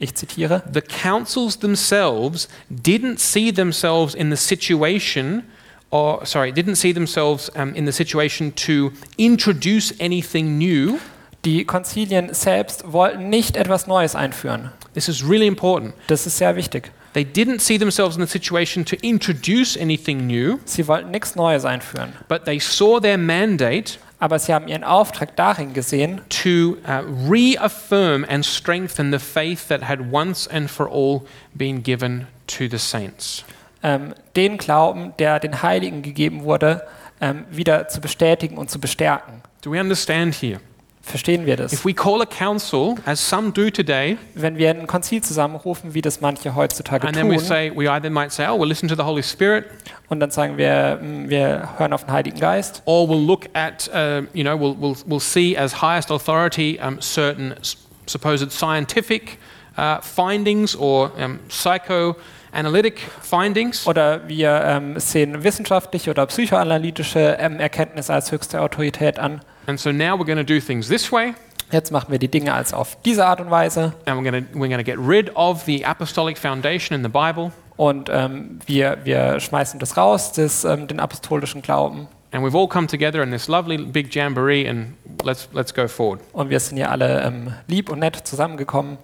Speaker 2: ich zitiere,
Speaker 1: The councils themselves didn't see themselves in the situation, or sorry, didn't see themselves um, in the situation to introduce anything new.
Speaker 2: die Konzilien selbst wollten nicht etwas Neues einführen.
Speaker 1: This is really important.
Speaker 2: Das ist sehr wichtig.
Speaker 1: They didn't see themselves in the situation to introduce anything new,
Speaker 2: Sie wollten nichts Neues einführen,
Speaker 1: but they saw their mandate
Speaker 2: aber sie haben ihren Auftrag darin gesehen,
Speaker 1: to uh, reaffirm and strengthen the faith that had once and for all been given to the saints.
Speaker 2: ähm, den Glauben, der den Heiligen gegeben wurde, ähm, wieder zu bestätigen und zu bestärken.
Speaker 1: Do we understand here?
Speaker 2: Verstehen wir das?
Speaker 1: If we call a council, as some do today,
Speaker 2: Wenn wir ein Konzil zusammenrufen, wie das manche heutzutage
Speaker 1: and then we
Speaker 2: tun,
Speaker 1: say, we either might say, oh, we'll listen to the Holy Spirit,
Speaker 2: und dann sagen wir, hm, wir hören auf den Heiligen Geist,
Speaker 1: or we'll look at, uh, you know, we'll, we'll, we'll see as highest authority um, certain s- supposed scientific uh, findings or um, psychoanalytic findings.
Speaker 2: oder wir ähm, sehen wissenschaftliche oder psychoanalytische ähm, Erkenntnisse als höchste Autorität an.
Speaker 1: And so now we're going to do things this way,
Speaker 2: Jetzt machen wir die Dinge als auf diese Art und Weise
Speaker 1: and we're going to we're going to get rid of the apostolic foundation in the Bible,
Speaker 2: und ähm, wir, wir schmeißen das raus, das, ähm, den apostolischen Glauben.
Speaker 1: And we've all come together in this lovely big jamboree, and let's, let's go forward.
Speaker 2: Und wir sind ja alle ähm, lieb und nett zusammengekommen.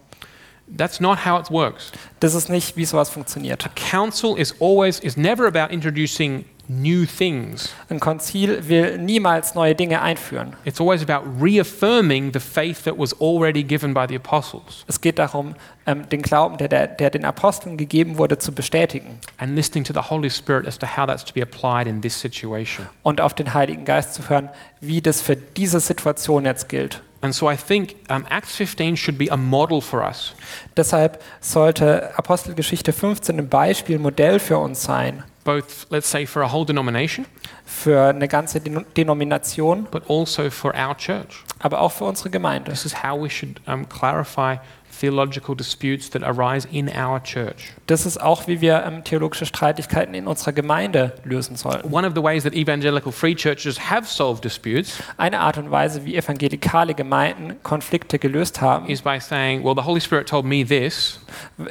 Speaker 1: That's not how it works.
Speaker 2: Das ist nicht, wie sowas funktioniert.
Speaker 1: Council is always, is never about introducing new things.
Speaker 2: Ein Konzil will niemals neue Dinge einführen.
Speaker 1: It's always about reaffirming the faith that was already given by the apostles
Speaker 2: Es geht darum, ähm, den Glauben, der, der, der den Aposteln gegeben wurde, zu bestätigen
Speaker 1: and listening to the Holy Spirit as to how that's to be applied in this situation.
Speaker 2: und auf den Heiligen Geist zu hören, wie das für diese Situation jetzt gilt.
Speaker 1: And so I think um, Acts 15 should be a model for us.
Speaker 2: Deshalb sollte Apostelgeschichte 15 ein Beispiel, ein Modell für uns sein,
Speaker 1: both, let's say, for a whole denomination,
Speaker 2: für eine ganze Den Denomination,
Speaker 1: but also for our church.
Speaker 2: aber auch für unsere Gemeinde.
Speaker 1: This is how we should um, clarify theological disputes that arise in our church.
Speaker 2: Das ist auch, wie wir ähm, theologische Streitigkeiten in unserer Gemeinde lösen sollen.
Speaker 1: One of the ways that evangelical free churches have solved disputes
Speaker 2: Eine Art und Weise, wie evangelikale Gemeinden Konflikte gelöst haben,
Speaker 1: is by saying, well, the Holy Spirit told me this,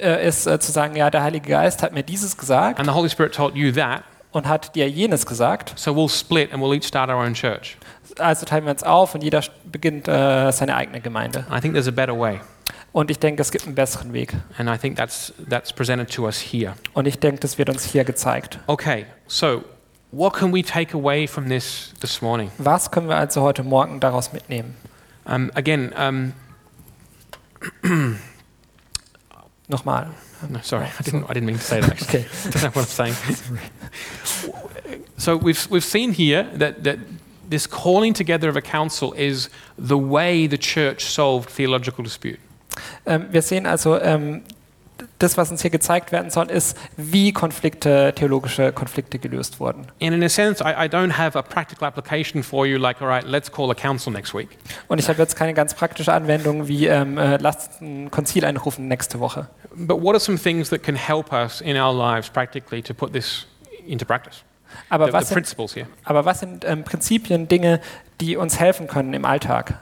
Speaker 2: äh, ist äh, zu sagen, ja, der Heilige Geist hat mir dieses gesagt
Speaker 1: and the Holy Spirit told you that,
Speaker 2: und hat dir jenes gesagt.
Speaker 1: so we'll split and we'll each start our own church.
Speaker 2: Also teilen wir uns auf und jeder beginnt äh, seine eigene Gemeinde.
Speaker 1: I think there's a better way,
Speaker 2: Und ich denke, es gibt einen besseren Weg.
Speaker 1: and I think that's, that's presented to us here.
Speaker 2: Und ich denke, das wird uns hier gezeigt.
Speaker 1: Okay, so what can we take away from this this morning?
Speaker 2: Was können wir also heute Morgen daraus mitnehmen?
Speaker 1: Um, again, um,
Speaker 2: Nochmal.
Speaker 1: No, sorry, I didn't. I didn't mean to say that. [laughs] Actually,
Speaker 2: Okay.
Speaker 1: that's not what I'm saying. So we've we've seen here that that this calling together of a council is the way the church solved theological dispute.
Speaker 2: Ähm, wir sehen also, ähm, das, was uns hier gezeigt werden soll, ist, wie Konflikte, theologische Konflikte gelöst wurden.
Speaker 1: And in a sense, I, I don't have a practical application for you. Like, all right, let's call a council next week.
Speaker 2: Und ich habe jetzt keine ganz praktische Anwendung wie, ähm, äh, lasst ein Konzil einrufen nächste Woche.
Speaker 1: But what are some things that can help us in our lives practically to put this into practice? The,
Speaker 2: Aber
Speaker 1: the
Speaker 2: was sind,
Speaker 1: principles here.
Speaker 2: aber was sind ähm, Prinzipien, Dinge, die uns helfen können im Alltag?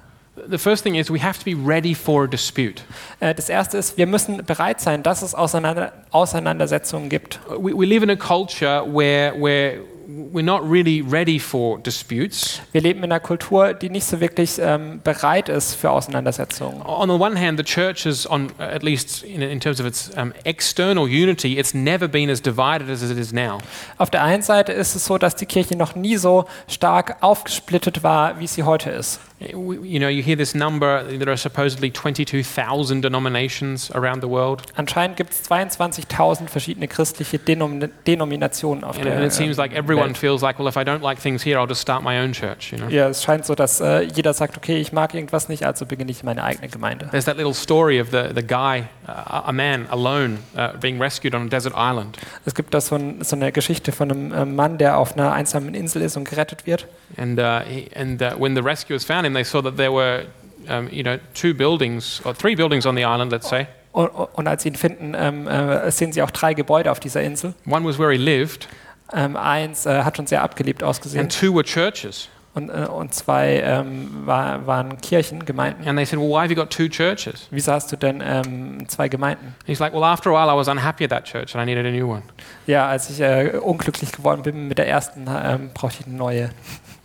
Speaker 1: The first thing is we have to be ready for a dispute.
Speaker 2: Äh, das erste ist, wir müssen bereit sein, dass es Auseinander Auseinandersetzungen gibt.
Speaker 1: We, we live in a culture where, where we're not really ready for disputes.
Speaker 2: Wir leben in einer Kultur, die nicht so wirklich ähm, bereit ist für Auseinandersetzungen.
Speaker 1: On the one hand, the church is, on, at least in, in terms of its um, external unity, it's never been as divided as it is now.
Speaker 2: Auf der einen Seite ist es so, dass die Kirche noch nie so stark aufgesplittet war, wie sie heute ist.
Speaker 1: We- You know, you hear this number, there are supposedly 22,000 denominations around the world.
Speaker 2: Anscheinend gibt es 22.000 verschiedene christliche Denom Denominationen auf
Speaker 1: And,
Speaker 2: der
Speaker 1: and it seems
Speaker 2: äh,
Speaker 1: like everyone
Speaker 2: Welt.
Speaker 1: feels like, well, if I don't like things here, I'll just start my own church, you know.
Speaker 2: Ja, es scheint so, dass äh, jeder sagt, okay, ich mag irgendwas nicht, also beginne ich meine eigene Gemeinde.
Speaker 1: There's that little story of the, the guy, uh, a man alone, uh, being rescued on a desert island.
Speaker 2: Es gibt da so, ein, so eine Geschichte von einem äh, Mann, der auf einer einsamen Insel ist und gerettet wird.
Speaker 1: And, uh, he, and uh, when the rescuers found him, they saw that there were, um, you know, two buildings or three buildings on the island. Let's say
Speaker 2: Und, und als sie ihn finden, ähm, äh, sehen sie auch drei Gebäude auf dieser Insel.
Speaker 1: one was where he lived,
Speaker 2: Ähm, eins äh, hat schon sehr abgelebt ausgesehen
Speaker 1: and two were churches.
Speaker 2: und, äh, und zwei ähm, war, waren Kirchen, Gemeinden.
Speaker 1: And they said, "Well, why have you got two churches?"
Speaker 2: Wieso hast du denn ähm, zwei Gemeinden?
Speaker 1: And he's like, "Well, after a while, I was unhappy at that church, and I needed a new one."
Speaker 2: Ja, als ich äh, unglücklich geworden bin mit der ersten, ähm, brauchte ich eine neue.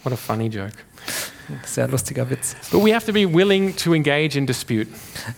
Speaker 1: What a funny joke!
Speaker 2: Sehr lustiger Witz.
Speaker 1: But we have to be willing to engage in dispute.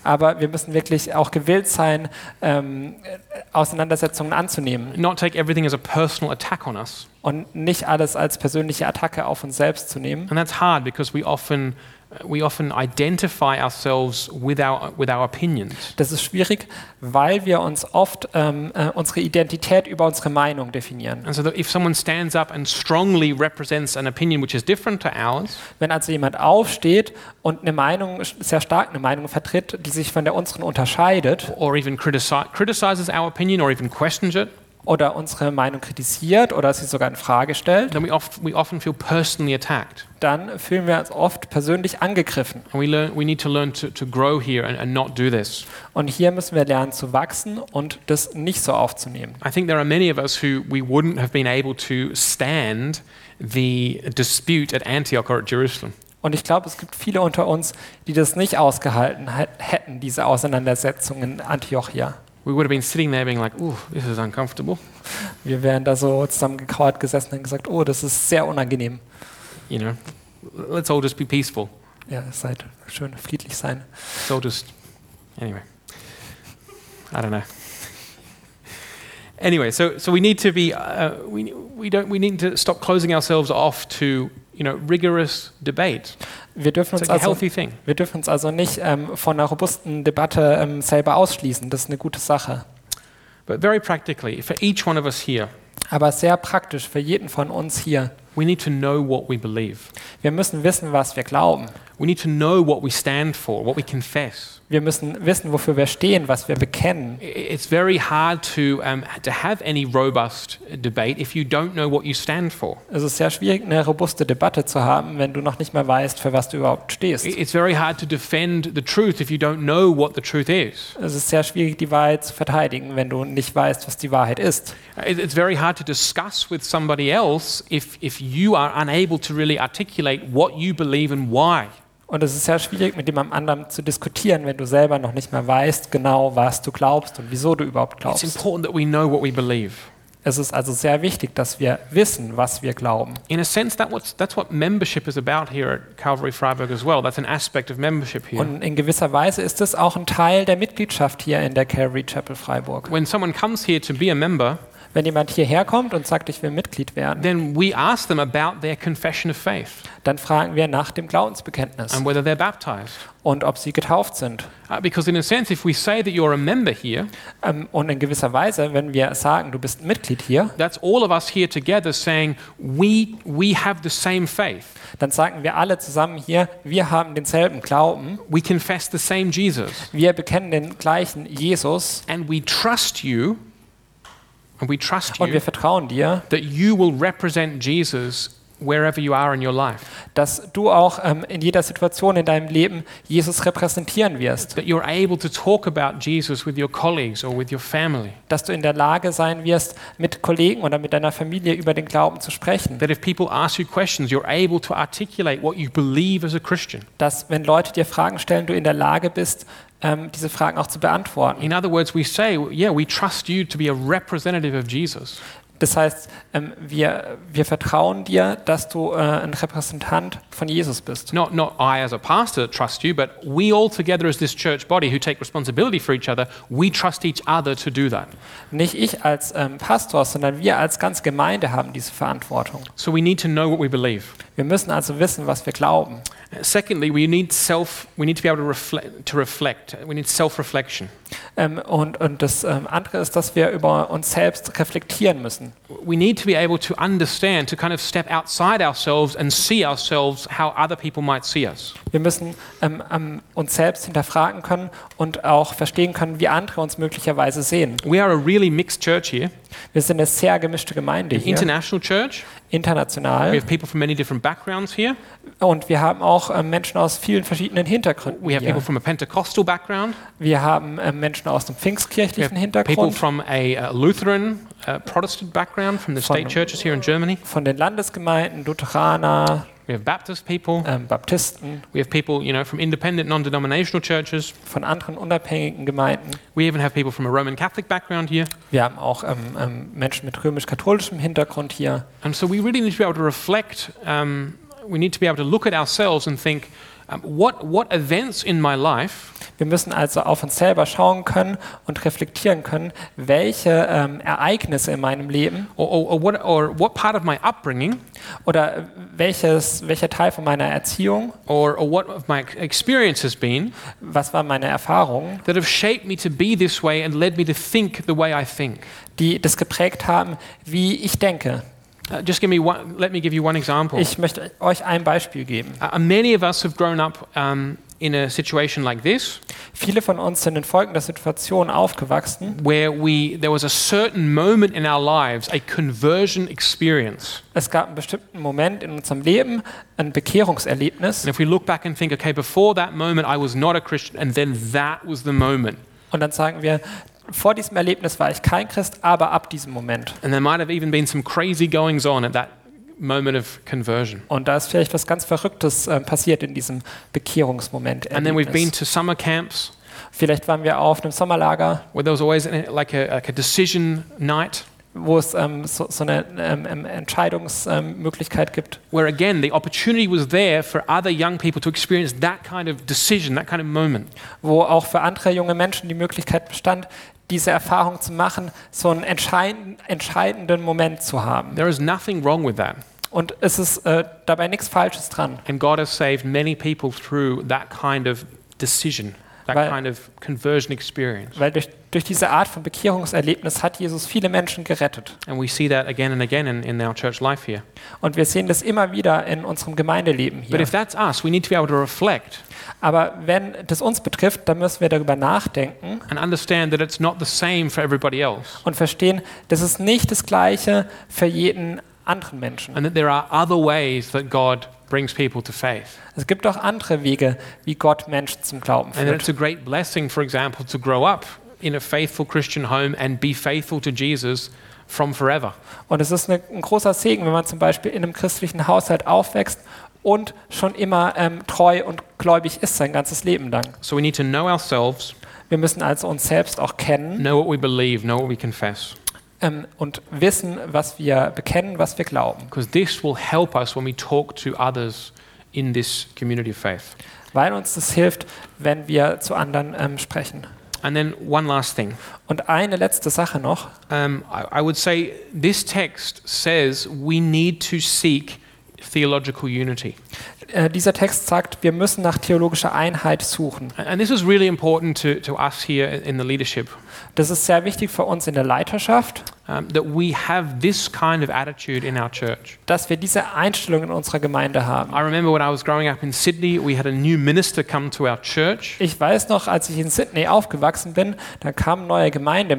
Speaker 2: Aber wir müssen wirklich auch gewillt sein, ähm, äh, Auseinandersetzungen anzunehmen
Speaker 1: Not take everything as a personal attack on us,
Speaker 2: und nicht alles als persönliche Attacke auf uns selbst zu nehmen.
Speaker 1: and that's hard because we often uh, we often identify ourselves with our with our opinions.
Speaker 2: Das ist schwierig, weil wir uns oft ähm, äh, unsere Identität über unsere Meinung definieren.
Speaker 1: And so, that if someone stands up and strongly represents an opinion which is different to ours,
Speaker 2: Wenn also jemand aufsteht und eine Meinung, sehr stark eine Meinung vertritt, die sich von der unseren unterscheidet,
Speaker 1: or even critici- criticizes our opinion, or even questions it,
Speaker 2: oder unsere Meinung kritisiert oder sie sogar in Frage stellt,
Speaker 1: then we, oft, we often feel personally attacked.
Speaker 2: dann fühlen wir uns oft persönlich angegriffen.
Speaker 1: And we, learn, we need to learn to, to grow here and, and not do this.
Speaker 2: Und hier müssen wir lernen zu wachsen und das nicht so aufzunehmen.
Speaker 1: I think there are many of us who we wouldn't have been able to stand the dispute at Antioch or at Jerusalem.
Speaker 2: Und ich glaube, es gibt viele unter uns, die das nicht ausgehalten hä- hätten, diese Auseinandersetzung in Antiochia.
Speaker 1: We would have been sitting there being like, ooh, this is uncomfortable.
Speaker 2: Wir wären da so zusammengekauert gesessen und gesagt, oh, das ist sehr unangenehm.
Speaker 1: you know, let's all just be peaceful.
Speaker 2: Ja, seid schön friedlich sein.
Speaker 1: Let's all just, anyway. I don't know. Anyway, so, so we need to be, uh, we, we, don't, we need to stop closing ourselves off to, you know, rigorous debate.
Speaker 2: Wir dürfen,
Speaker 1: It's
Speaker 2: uns
Speaker 1: like a
Speaker 2: also,
Speaker 1: healthy thing.
Speaker 2: wir dürfen uns also nicht ähm, von einer robusten Debatte ähm, selber ausschließen. Das ist eine gute Sache.
Speaker 1: But very practically, for each one of us here,
Speaker 2: Aber sehr praktisch für jeden von uns hier.
Speaker 1: we need to know what we believe.
Speaker 2: Wir müssen wissen, was wir glauben.
Speaker 1: We need to know what we stand for, what we confess.
Speaker 2: Wir müssen wissen, wofür wir stehen, was wir bekennen.
Speaker 1: I- It's very hard to, um, to have any robust debate if you don't know what you stand for.
Speaker 2: Es ist sehr schwierig, eine robuste Debatte zu haben, wenn du noch nicht mehr weißt, für was du überhaupt stehst.
Speaker 1: I- It's very hard to defend the truth if you don't know what the truth is.
Speaker 2: Es ist sehr schwierig, die Wahrheit zu verteidigen, wenn du nicht weißt, was die Wahrheit ist.
Speaker 1: It- It's very hard to discuss with somebody else if, if you are unable to really articulate what you believe and why.
Speaker 2: Und es ist sehr schwierig, mit jemand anderem zu diskutieren, wenn du selber noch nicht mehr weißt, genau, was du glaubst und wieso du überhaupt
Speaker 1: It's
Speaker 2: glaubst.
Speaker 1: important that we know what we believe.
Speaker 2: Es ist also sehr wichtig, dass wir wissen, was wir glauben.
Speaker 1: In a sense, that what's, that's what membership is about here at Calvary Freiburg as well. That's an aspect of membership here.
Speaker 2: Und in gewisser Weise ist es auch ein Teil der Mitgliedschaft hier in der Calvary Chapel Freiburg.
Speaker 1: When someone comes here to be a member,
Speaker 2: Wenn jemand hierher kommt und sagt, ich will Mitglied werden,
Speaker 1: then we ask them about their confession of faith
Speaker 2: dann fragen wir nach dem Glaubensbekenntnis
Speaker 1: and whether they're baptized.
Speaker 2: und ob sie getauft sind.
Speaker 1: Uh, because, in a sense, if we say that you're a member here,
Speaker 2: Ähm, Und in gewisser Weise, wenn wir sagen, du bist Mitglied hier,
Speaker 1: that's all of us here together saying we, we have the same faith.
Speaker 2: dann sagen wir alle zusammen hier, wir haben denselben Glauben,
Speaker 1: We confess the same Jesus.
Speaker 2: wir bekennen den gleichen Jesus
Speaker 1: And we trust you, and we trust
Speaker 2: und wir
Speaker 1: you
Speaker 2: vertrauen dir,
Speaker 1: that you will represent Jesus wherever you are in your life,
Speaker 2: dass du auch ähm, in jeder Situation in deinem Leben Jesus repräsentieren wirst,
Speaker 1: that you're able to talk about Jesus with your colleagues or with your family,
Speaker 2: dass du in der Lage sein wirst, mit Kollegen oder mit deiner Familie über den Glauben zu sprechen,
Speaker 1: that if people ask you questions, you're able to articulate what you believe as a Christian.
Speaker 2: dass wenn Leute dir Fragen stellen, du in der Lage bist, ähm, diese Fragen auch zu beantworten.
Speaker 1: In other words, we say, yeah, we trust you to be a representative of Jesus.
Speaker 2: Das heißt, ähm, wir, wir vertrauen dir, dass du äh, ein Repräsentant von Jesus bist.
Speaker 1: Not, not I as a pastor trust you, but we all together as this church body who take responsibility for each other, we trust each other to do that.
Speaker 2: Nicht ich als ähm, Pastor, sondern wir als ganze Gemeinde haben diese Verantwortung.
Speaker 1: So we need to know what we believe.
Speaker 2: Wir müssen also wissen, was wir glauben.
Speaker 1: Uh, Secondly, we need self, we need to be able to reflect, to reflect. We need self-reflection.
Speaker 2: Ähm, und, und das ähm, andere ist, dass wir über uns selbst reflektieren müssen.
Speaker 1: We need to be able to understand, to kind of step outside ourselves and see ourselves how other people might see us.
Speaker 2: Wir müssen ähm, ähm, uns selbst hinterfragen können und auch verstehen können, wie andere uns möglicherweise sehen.
Speaker 1: We are a really mixed church here,
Speaker 2: Wir sind eine sehr gemischte Gemeinde hier,
Speaker 1: international church. We
Speaker 2: international.
Speaker 1: have people from many different backgrounds here.
Speaker 2: Und wir haben auch ähm, Menschen aus vielen verschiedenen Hintergründen.
Speaker 1: We have people
Speaker 2: Hier.
Speaker 1: from a Pentecostal background.
Speaker 2: Wir haben ähm, Menschen aus dem
Speaker 1: We
Speaker 2: pfingstkirchlichen
Speaker 1: have people
Speaker 2: Hintergrund,
Speaker 1: from a uh, Lutheran, uh, Protestant background from the state
Speaker 2: Von-
Speaker 1: churches here in Germany.
Speaker 2: von den Landesgemeinden, Lutheraner,
Speaker 1: We have Baptist people.
Speaker 2: ähm, Baptisten,
Speaker 1: We have people, you know, from independent, non-denominational churches.
Speaker 2: von anderen unabhängigen Gemeinden.
Speaker 1: We even have people from a Roman Catholic background here.
Speaker 2: Wir haben auch ähm, ähm, Menschen mit römisch-katholischem Hintergrund hier.
Speaker 1: And so we really need to be able to reflect. Um, we need to be able to look at ourselves and think, um, what what events in my life
Speaker 2: Wir müssen also auf uns selber schauen können und reflektieren können, welche ähm, Ereignnisse in meinem Leben
Speaker 1: or, or, or what or what part of my upbringing
Speaker 2: oder welches, welcher Teil von meiner Erziehung,
Speaker 1: or, or what of my experience has been
Speaker 2: was waren meine Erfahrungen,
Speaker 1: that have shaped me to be this way and led me to think the way I think.
Speaker 2: die das geprägt haben, wie ich denke.
Speaker 1: Uh, just give me one, let me give you one example.
Speaker 2: Ich möchte euch ein Beispiel geben.
Speaker 1: Uh, many of us have grown up um, in a situation like this,
Speaker 2: Viele von uns sind in folgender Situation aufgewachsen.
Speaker 1: where we there was a certain moment in our lives, a conversion experience.
Speaker 2: Es gab einen bestimmten Moment in unserem Leben, ein Bekehrungserlebnis.
Speaker 1: And if we look back and think, okay, before that moment I was not a Christian, and then that was the moment.
Speaker 2: Und dann sagen wir, vor diesem Erlebnis war ich kein Christ, aber ab diesem Moment.
Speaker 1: And there might have even been some crazy goings on at that moment of conversion.
Speaker 2: Und da ist vielleicht was ganz Verrücktes äh, passiert in diesem Bekehrungsmoment.
Speaker 1: And then we've been to summer camps
Speaker 2: Vielleicht waren wir auf einem Sommerlager,
Speaker 1: uh, where there was always an, like, a, like a decision night.
Speaker 2: wo es ähm, so, so eine ähm, ähm, Entscheidungsmöglichkeit gibt.
Speaker 1: where again the opportunity was there for other young people to experience that kind of decision, that kind of moment.
Speaker 2: wo auch für andere junge Menschen die Möglichkeit bestand, diese Erfahrung zu machen, so einen entscheiden, entscheidenden Moment zu haben.
Speaker 1: There is nothing wrong with that.
Speaker 2: Und es ist äh, dabei nichts Falsches dran,
Speaker 1: And God has saved many people through that kind of decision, that
Speaker 2: Right.
Speaker 1: kind of conversion experience.
Speaker 2: weil durch, durch diese Art von Bekehrungserlebnis hat Jesus viele Menschen gerettet.
Speaker 1: And we see that again and again in, in our church life here.
Speaker 2: Und wir sehen das immer wieder in unserem Gemeindeleben
Speaker 1: But
Speaker 2: hier.
Speaker 1: if that's us, we need to be able to reflect
Speaker 2: Aber wenn das uns betrifft, dann müssen wir darüber nachdenken
Speaker 1: and understand that it's not the same for everybody else.
Speaker 2: und verstehen, das ist nicht das Gleiche für jeden anderen Menschen.
Speaker 1: And that there are other ways that God brings people to faith.
Speaker 2: Es gibt auch andere Wege, wie Gott Menschen zum Glauben
Speaker 1: And that
Speaker 2: führt.
Speaker 1: it's a great blessing, for example, to grow up in a faithful Christian home and be faithful to Jesus from forever.
Speaker 2: Und es ist eine, ein großer Segen, wenn man zum Beispiel in einem christlichen Haushalt aufwächst und schon immer ähm, treu und gläubig ist sein ganzes Leben lang.
Speaker 1: So we need to know ourselves,
Speaker 2: Wir müssen also uns selbst auch kennen
Speaker 1: know what we believe, know what we confess,
Speaker 2: ähm, und wissen, was wir bekennen, was wir glauben.
Speaker 1: because this will help us when we talk to others in this community of faith.
Speaker 2: Weil uns das hilft, wenn wir zu anderen ähm, sprechen.
Speaker 1: And then one last thing.
Speaker 2: Und eine letzte Sache noch.
Speaker 1: Um, I, I would say this text says we need to seek theological unity.
Speaker 2: Äh, dieser Text sagt, wir müssen nach theologischer Einheit suchen.
Speaker 1: And and this is really important to, to us here in the leadership
Speaker 2: Das ist sehr wichtig für uns in der Leiterschaft,
Speaker 1: um, that we have this kind of attitude in our church.
Speaker 2: dass wir diese Einstellung in unserer Gemeinde haben.
Speaker 1: I remember when I was growing up in Sydney, we had a new minister come to our church.
Speaker 2: Ich weiß noch, als ich in Sydney aufgewachsen bin, da kam ein neuer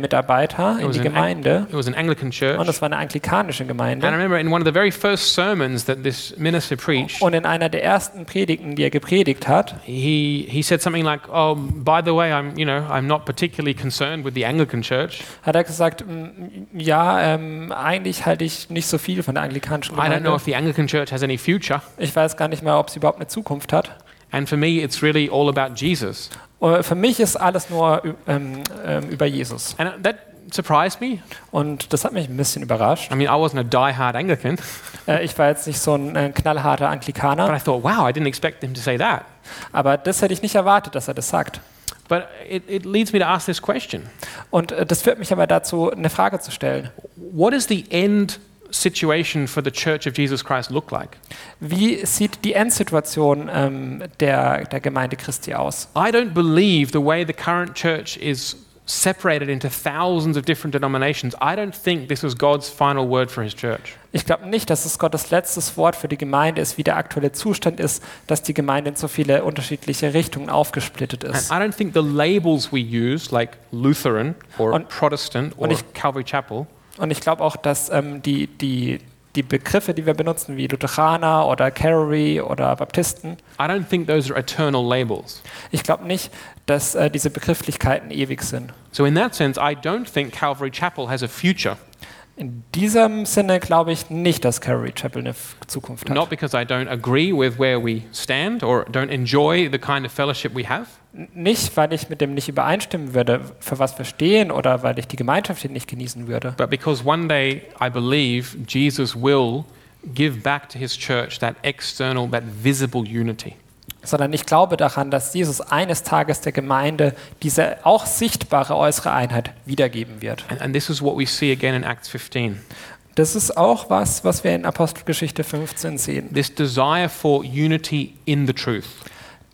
Speaker 2: Gemeindemitarbeiter in
Speaker 1: was
Speaker 2: die
Speaker 1: an
Speaker 2: Gemeinde
Speaker 1: It was an Anglican church.
Speaker 2: und es war eine anglikanische
Speaker 1: And I
Speaker 2: Gemeinde.
Speaker 1: remember in one of the very first sermons that this minister preached,
Speaker 2: Und in einer der ersten Predigten, die er gepredigt hat,
Speaker 1: he, he said something like, "Oh, by the way, I'm you know I'm not particularly concerned with the Anglican Church.
Speaker 2: hat er gesagt, "Mm, ja, ähm, eigentlich halte ich nicht so viel von der anglikanischen
Speaker 1: I don't know
Speaker 2: Gemeinde.
Speaker 1: if the Anglican Church has any future.
Speaker 2: Ich weiß gar nicht mehr, ob sie überhaupt eine Zukunft hat.
Speaker 1: And for me, it's really all about Jesus."
Speaker 2: Und für mich ist alles nur ü- ähm, ähm, über Jesus.
Speaker 1: And that surprised me.
Speaker 2: Und das hat mich ein bisschen überrascht.
Speaker 1: I mean, I wasn't a diehard Anglican,
Speaker 2: Äh, ich war jetzt nicht so ein äh, knallharter
Speaker 1: but
Speaker 2: Anglikaner,
Speaker 1: I thought, wow, I didn't expect him to say that.
Speaker 2: aber das hätte ich nicht erwartet, dass er das sagt.
Speaker 1: But it, it leads me to ask this question:
Speaker 2: Und äh, das führt mich aber dazu, eine Frage zu stellen.
Speaker 1: What does the end situation for the Church of Jesus Christ look like?
Speaker 2: Wie sieht die Endsituation ähm, der, der Gemeinde Christi aus?
Speaker 1: I don't believe the way the current church is separated into thousands of different denominations. I don't think this was God's final word for his church.
Speaker 2: Ich glaube nicht, dass es Gottes letztes Wort für die Gemeinde ist, wie der aktuelle Zustand ist, dass die Gemeinde in so viele unterschiedliche Richtungen aufgesplittet
Speaker 1: And
Speaker 2: ist.
Speaker 1: I don't think the labels we use, like Lutheran or
Speaker 2: Und-
Speaker 1: Protestant or
Speaker 2: und ich-
Speaker 1: Calvary Chapel,
Speaker 2: Und ich glaube auch, dass ähm, die, die, die Begriffe, die wir benutzen, wie Lutheraner oder Calvary oder Baptisten,
Speaker 1: I don't think those are eternal labels.
Speaker 2: ich glaube nicht, dass äh, diese Begrifflichkeiten ewig sind.
Speaker 1: So, in that sense, I don't think Calvary Chapel has a future.
Speaker 2: In diesem Sinne glaube ich nicht, dass Calvary Chapel eine F- Zukunft hat.
Speaker 1: Not because I don't agree with where we stand or don't enjoy the kind of fellowship we have,
Speaker 2: N- Nicht, weil ich mit dem nicht übereinstimmen würde, für was wir stehen oder weil ich die Gemeinschaft hier nicht genießen würde,
Speaker 1: but because one day I believe Jesus will give back to his church that external, that visible unity.
Speaker 2: sondern ich glaube daran, dass Jesus eines Tages der Gemeinde diese auch sichtbare äußere Einheit wiedergeben wird.
Speaker 1: And, and this is what we see again in Acts 15
Speaker 2: Das ist auch was, was wir in Apostelgeschichte 15 sehen.
Speaker 1: this desire for unity in the truth.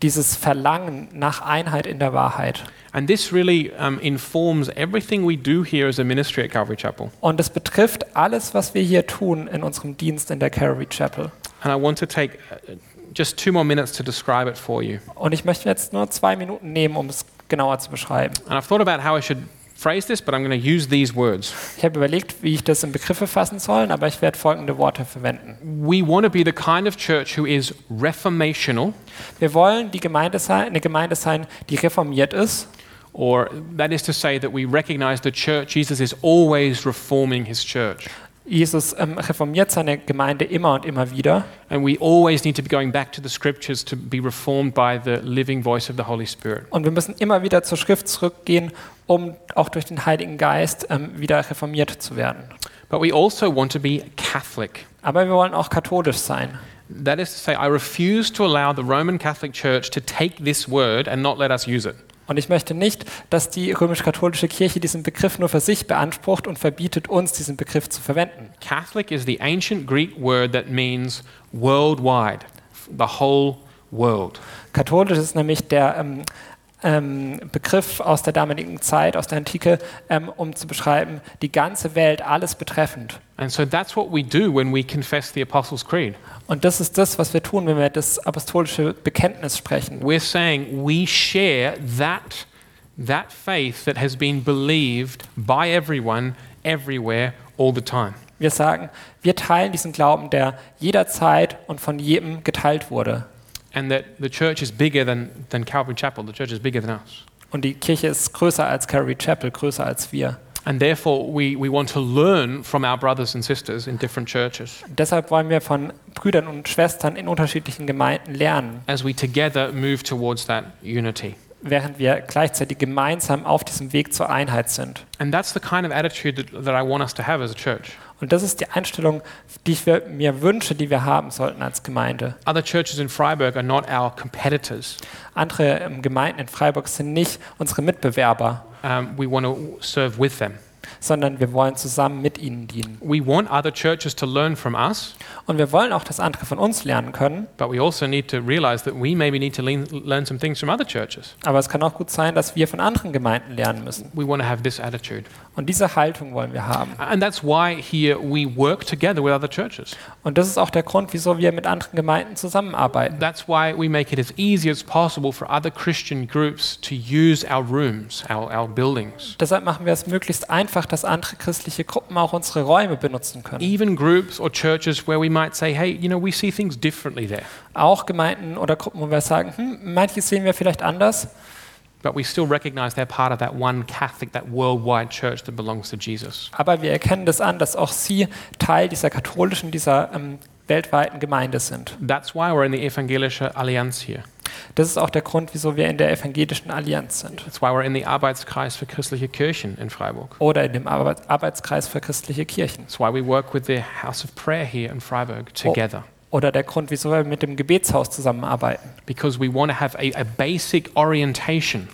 Speaker 2: Dieses Verlangen nach Einheit in der Wahrheit.
Speaker 1: And this really um, informs everything we do here as a ministry at Calvary Chapel.
Speaker 2: Und es betrifft alles, was wir hier tun in unserem Dienst in der Calvary Chapel.
Speaker 1: And I want to take uh, just two more minutes to describe it for you.
Speaker 2: Und ich möchte jetzt nur zwei Minuten nehmen, um es genauer zu beschreiben.
Speaker 1: And I've thought about how I should phrase this, but I'm going to use these words.
Speaker 2: Ich habe überlegt, wie ich das in Begriffe fassen soll, aber ich werde folgende Worte verwenden.
Speaker 1: We want to be the kind of church who is reformational,
Speaker 2: Wir wollen die Gemeinde sein, eine Gemeinde sein, die reformiert ist.
Speaker 1: or that is to say, that we recognize the church, Jesus is always reforming his church.
Speaker 2: Jesus ähm, reformiert seine Gemeinde immer und immer wieder.
Speaker 1: And we always need to be going back to the scriptures to be reformed by the living voice of the Holy Spirit.
Speaker 2: Und wir müssen immer wieder zur Schrift zurückgehen, um auch durch den Heiligen Geist ähm, wieder reformiert zu werden.
Speaker 1: But we also want to be Catholic.
Speaker 2: Aber wir wollen auch katholisch sein.
Speaker 1: That is to say, I refuse to allow the Roman Catholic Church to take this word and not let us use it.
Speaker 2: Und ich möchte nicht, dass die römisch-katholische Kirche diesen Begriff nur für sich beansprucht und verbietet uns, diesen Begriff zu verwenden.
Speaker 1: Catholic is the ancient Greek word that means worldwide, the whole world.
Speaker 2: Katholisch ist nämlich der ähm, ähm, Begriff aus der damaligen Zeit, aus der Antike, ähm, um zu beschreiben, die ganze Welt, alles betreffend.
Speaker 1: And so that's what we do when we confess the Apostles' Creed.
Speaker 2: Und das ist das, was wir tun, wenn wir das apostolische Bekenntnis sprechen.
Speaker 1: We're saying we share that, that faith that has been believed by everyone, everywhere, all the time.
Speaker 2: Wir sagen, wir teilen diesen Glauben, der jederzeit und von jedem geteilt wurde.
Speaker 1: And that the church is bigger than, than Calvary Chapel, the church is bigger than us.
Speaker 2: Und die Kirche ist größer als Calvary Chapel, größer als wir.
Speaker 1: And therefore, we, we want to learn from our brothers and sisters in different churches
Speaker 2: Deshalb wollen wir von Brüdern und Schwestern in unterschiedlichen Gemeinden lernen,
Speaker 1: as we together move towards that unity.
Speaker 2: während wir gleichzeitig gemeinsam auf diesem Weg zur Einheit sind.
Speaker 1: And that's the kind of attitude that, that I want us to have as a church.
Speaker 2: Und das ist die Einstellung, die ich wir- mir wünsche, die wir haben sollten als Gemeinde.
Speaker 1: Other churches in Freiburg are not our competitors.
Speaker 2: Andere ähm, Gemeinden in Freiburg sind nicht unsere Mitbewerber,
Speaker 1: Um, we want to serve with them.
Speaker 2: sondern wir wollen zusammen mit ihnen dienen.
Speaker 1: We want other churches to learn from us,
Speaker 2: Und wir wollen auch, dass andere von uns lernen können,
Speaker 1: but we also need to realize that we maybe need to lean, learn some things from other churches.
Speaker 2: aber es kann auch gut sein, dass wir von anderen Gemeinden lernen müssen.
Speaker 1: We want to have this attitude.
Speaker 2: Und diese Haltung wollen wir haben.
Speaker 1: And that's why here we work together with other churches.
Speaker 2: Und das ist auch der Grund, wieso wir mit anderen Gemeinden zusammenarbeiten.
Speaker 1: That's why we make it as easy as possible for other Christian groups to use our rooms, our, our buildings.
Speaker 2: Deshalb machen wir es möglichst einfach, dass andere christliche Gruppen auch unsere Räume benutzen können.
Speaker 1: Even groups or churches where we might say, hey, you know, we see things differently there,
Speaker 2: Auch Gemeinden oder Gruppen, wo wir sagen, hm, manches sehen wir vielleicht anders,
Speaker 1: but we still recognize they're part of that one Catholic, that worldwide church that belongs to Jesus.
Speaker 2: aber wir erkennen das an, dass auch sie Teil dieser katholischen, dieser ähm, weltweiten Gemeinde sind.
Speaker 1: That's why we're in the Evangelische Allianz here.
Speaker 2: Das ist auch der Grund, wieso wir in der evangelischen Allianz sind
Speaker 1: That's why we're in the Arbeitskreis für christliche Kirchen in Freiburg.
Speaker 2: oder in dem Arbeit Arbeitskreis für christliche Kirchen
Speaker 1: That's why we work with the House of Prayer here in Freiburg together.
Speaker 2: oder der Grund, wieso wir mit dem Gebetshaus zusammenarbeiten,
Speaker 1: Because we want to have a, a basic orientation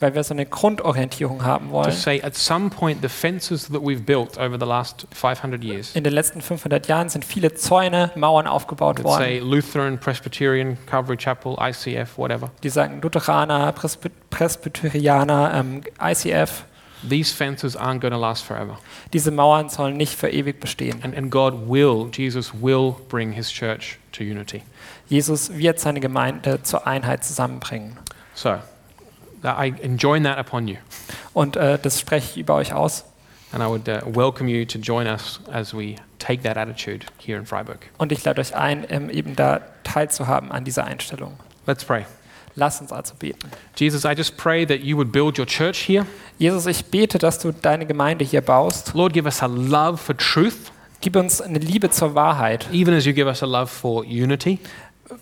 Speaker 2: weil wir so eine Grundorientierung haben
Speaker 1: to
Speaker 2: wollen.
Speaker 1: say at some point the fences that we've built over the last 500 years,
Speaker 2: In den letzten 500 Jahren sind viele Zäune, Mauern aufgebaut
Speaker 1: let's
Speaker 2: worden.
Speaker 1: say Lutheran, Presbyterian, Calvary Chapel, ICF, whatever,
Speaker 2: die sagen Lutheraner, Presby Presbyterianer, ähm, ICF,
Speaker 1: these fences aren't going to last forever.
Speaker 2: diese Mauern sollen nicht für ewig bestehen.
Speaker 1: And, and God will, Jesus will bring his church to unity.
Speaker 2: Jesus wird seine Gemeinde zur Einheit zusammenbringen.
Speaker 1: So I enjoin that upon you.
Speaker 2: Und äh, das spreche ich über euch aus.
Speaker 1: And I would uh, welcome you to join us as we take that attitude here in Freiburg.
Speaker 2: Und ich lade euch ein, ähm, eben da teilzuhaben an dieser Einstellung.
Speaker 1: Let's pray.
Speaker 2: Lasst uns also beten.
Speaker 1: Jesus, I just pray that you would build your church here.
Speaker 2: Jesus, ich bete, dass du deine Gemeinde hier baust.
Speaker 1: Lord, give us a love for truth,
Speaker 2: Gib uns eine Liebe zur Wahrheit.
Speaker 1: even as you give us a love for unity.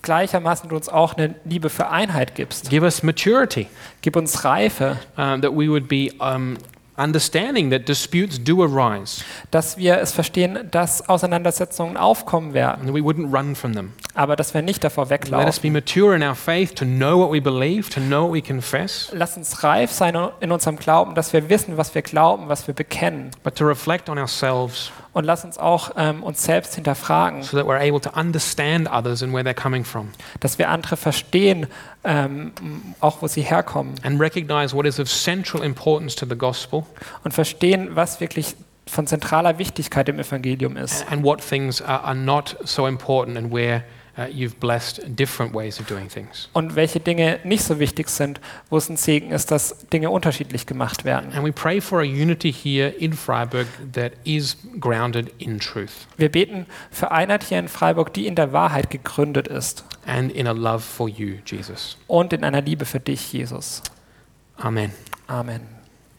Speaker 2: Gleichermaßen du uns auch eine Liebe für Einheit gibst.
Speaker 1: Give us maturity,
Speaker 2: Gib uns Reife,
Speaker 1: um, that we would be um, understanding that disputes do arise
Speaker 2: dass wir es verstehen, dass Auseinandersetzungen aufkommen werden.
Speaker 1: and that we wouldn't run from them.
Speaker 2: aber dass wir nicht davor
Speaker 1: Let us
Speaker 2: weglaufen.
Speaker 1: be mature in our faith to know what we believe, to know what we confess,
Speaker 2: Lass uns reif sein in unserem Glauben, dass wir wissen, was wir glauben, was wir bekennen.
Speaker 1: but to reflect on ourselves
Speaker 2: Und lass uns auch ähm, uns selbst hinterfragen,
Speaker 1: so that we're able to understand others and where they're coming from.
Speaker 2: dass wir andere verstehen, ähm, auch wo sie herkommen.
Speaker 1: and recognize what is of central importance to the gospel
Speaker 2: Und verstehen, was wirklich von zentraler Wichtigkeit im Evangelium ist.
Speaker 1: and what things are, are not so important and where uh, you've blessed different ways of doing things.
Speaker 2: Und welche Dinge nicht so wichtig sind, wo es ein Segen ist, dass Dinge unterschiedlich gemacht werden.
Speaker 1: And we pray for a unity here in Freiburg that is grounded in truth
Speaker 2: Wir beten für Einheit hier in Freiburg, die in der Wahrheit gegründet ist
Speaker 1: and in a love for you, Jesus.
Speaker 2: und in einer Liebe für dich, Jesus.
Speaker 1: Amen.
Speaker 2: Amen.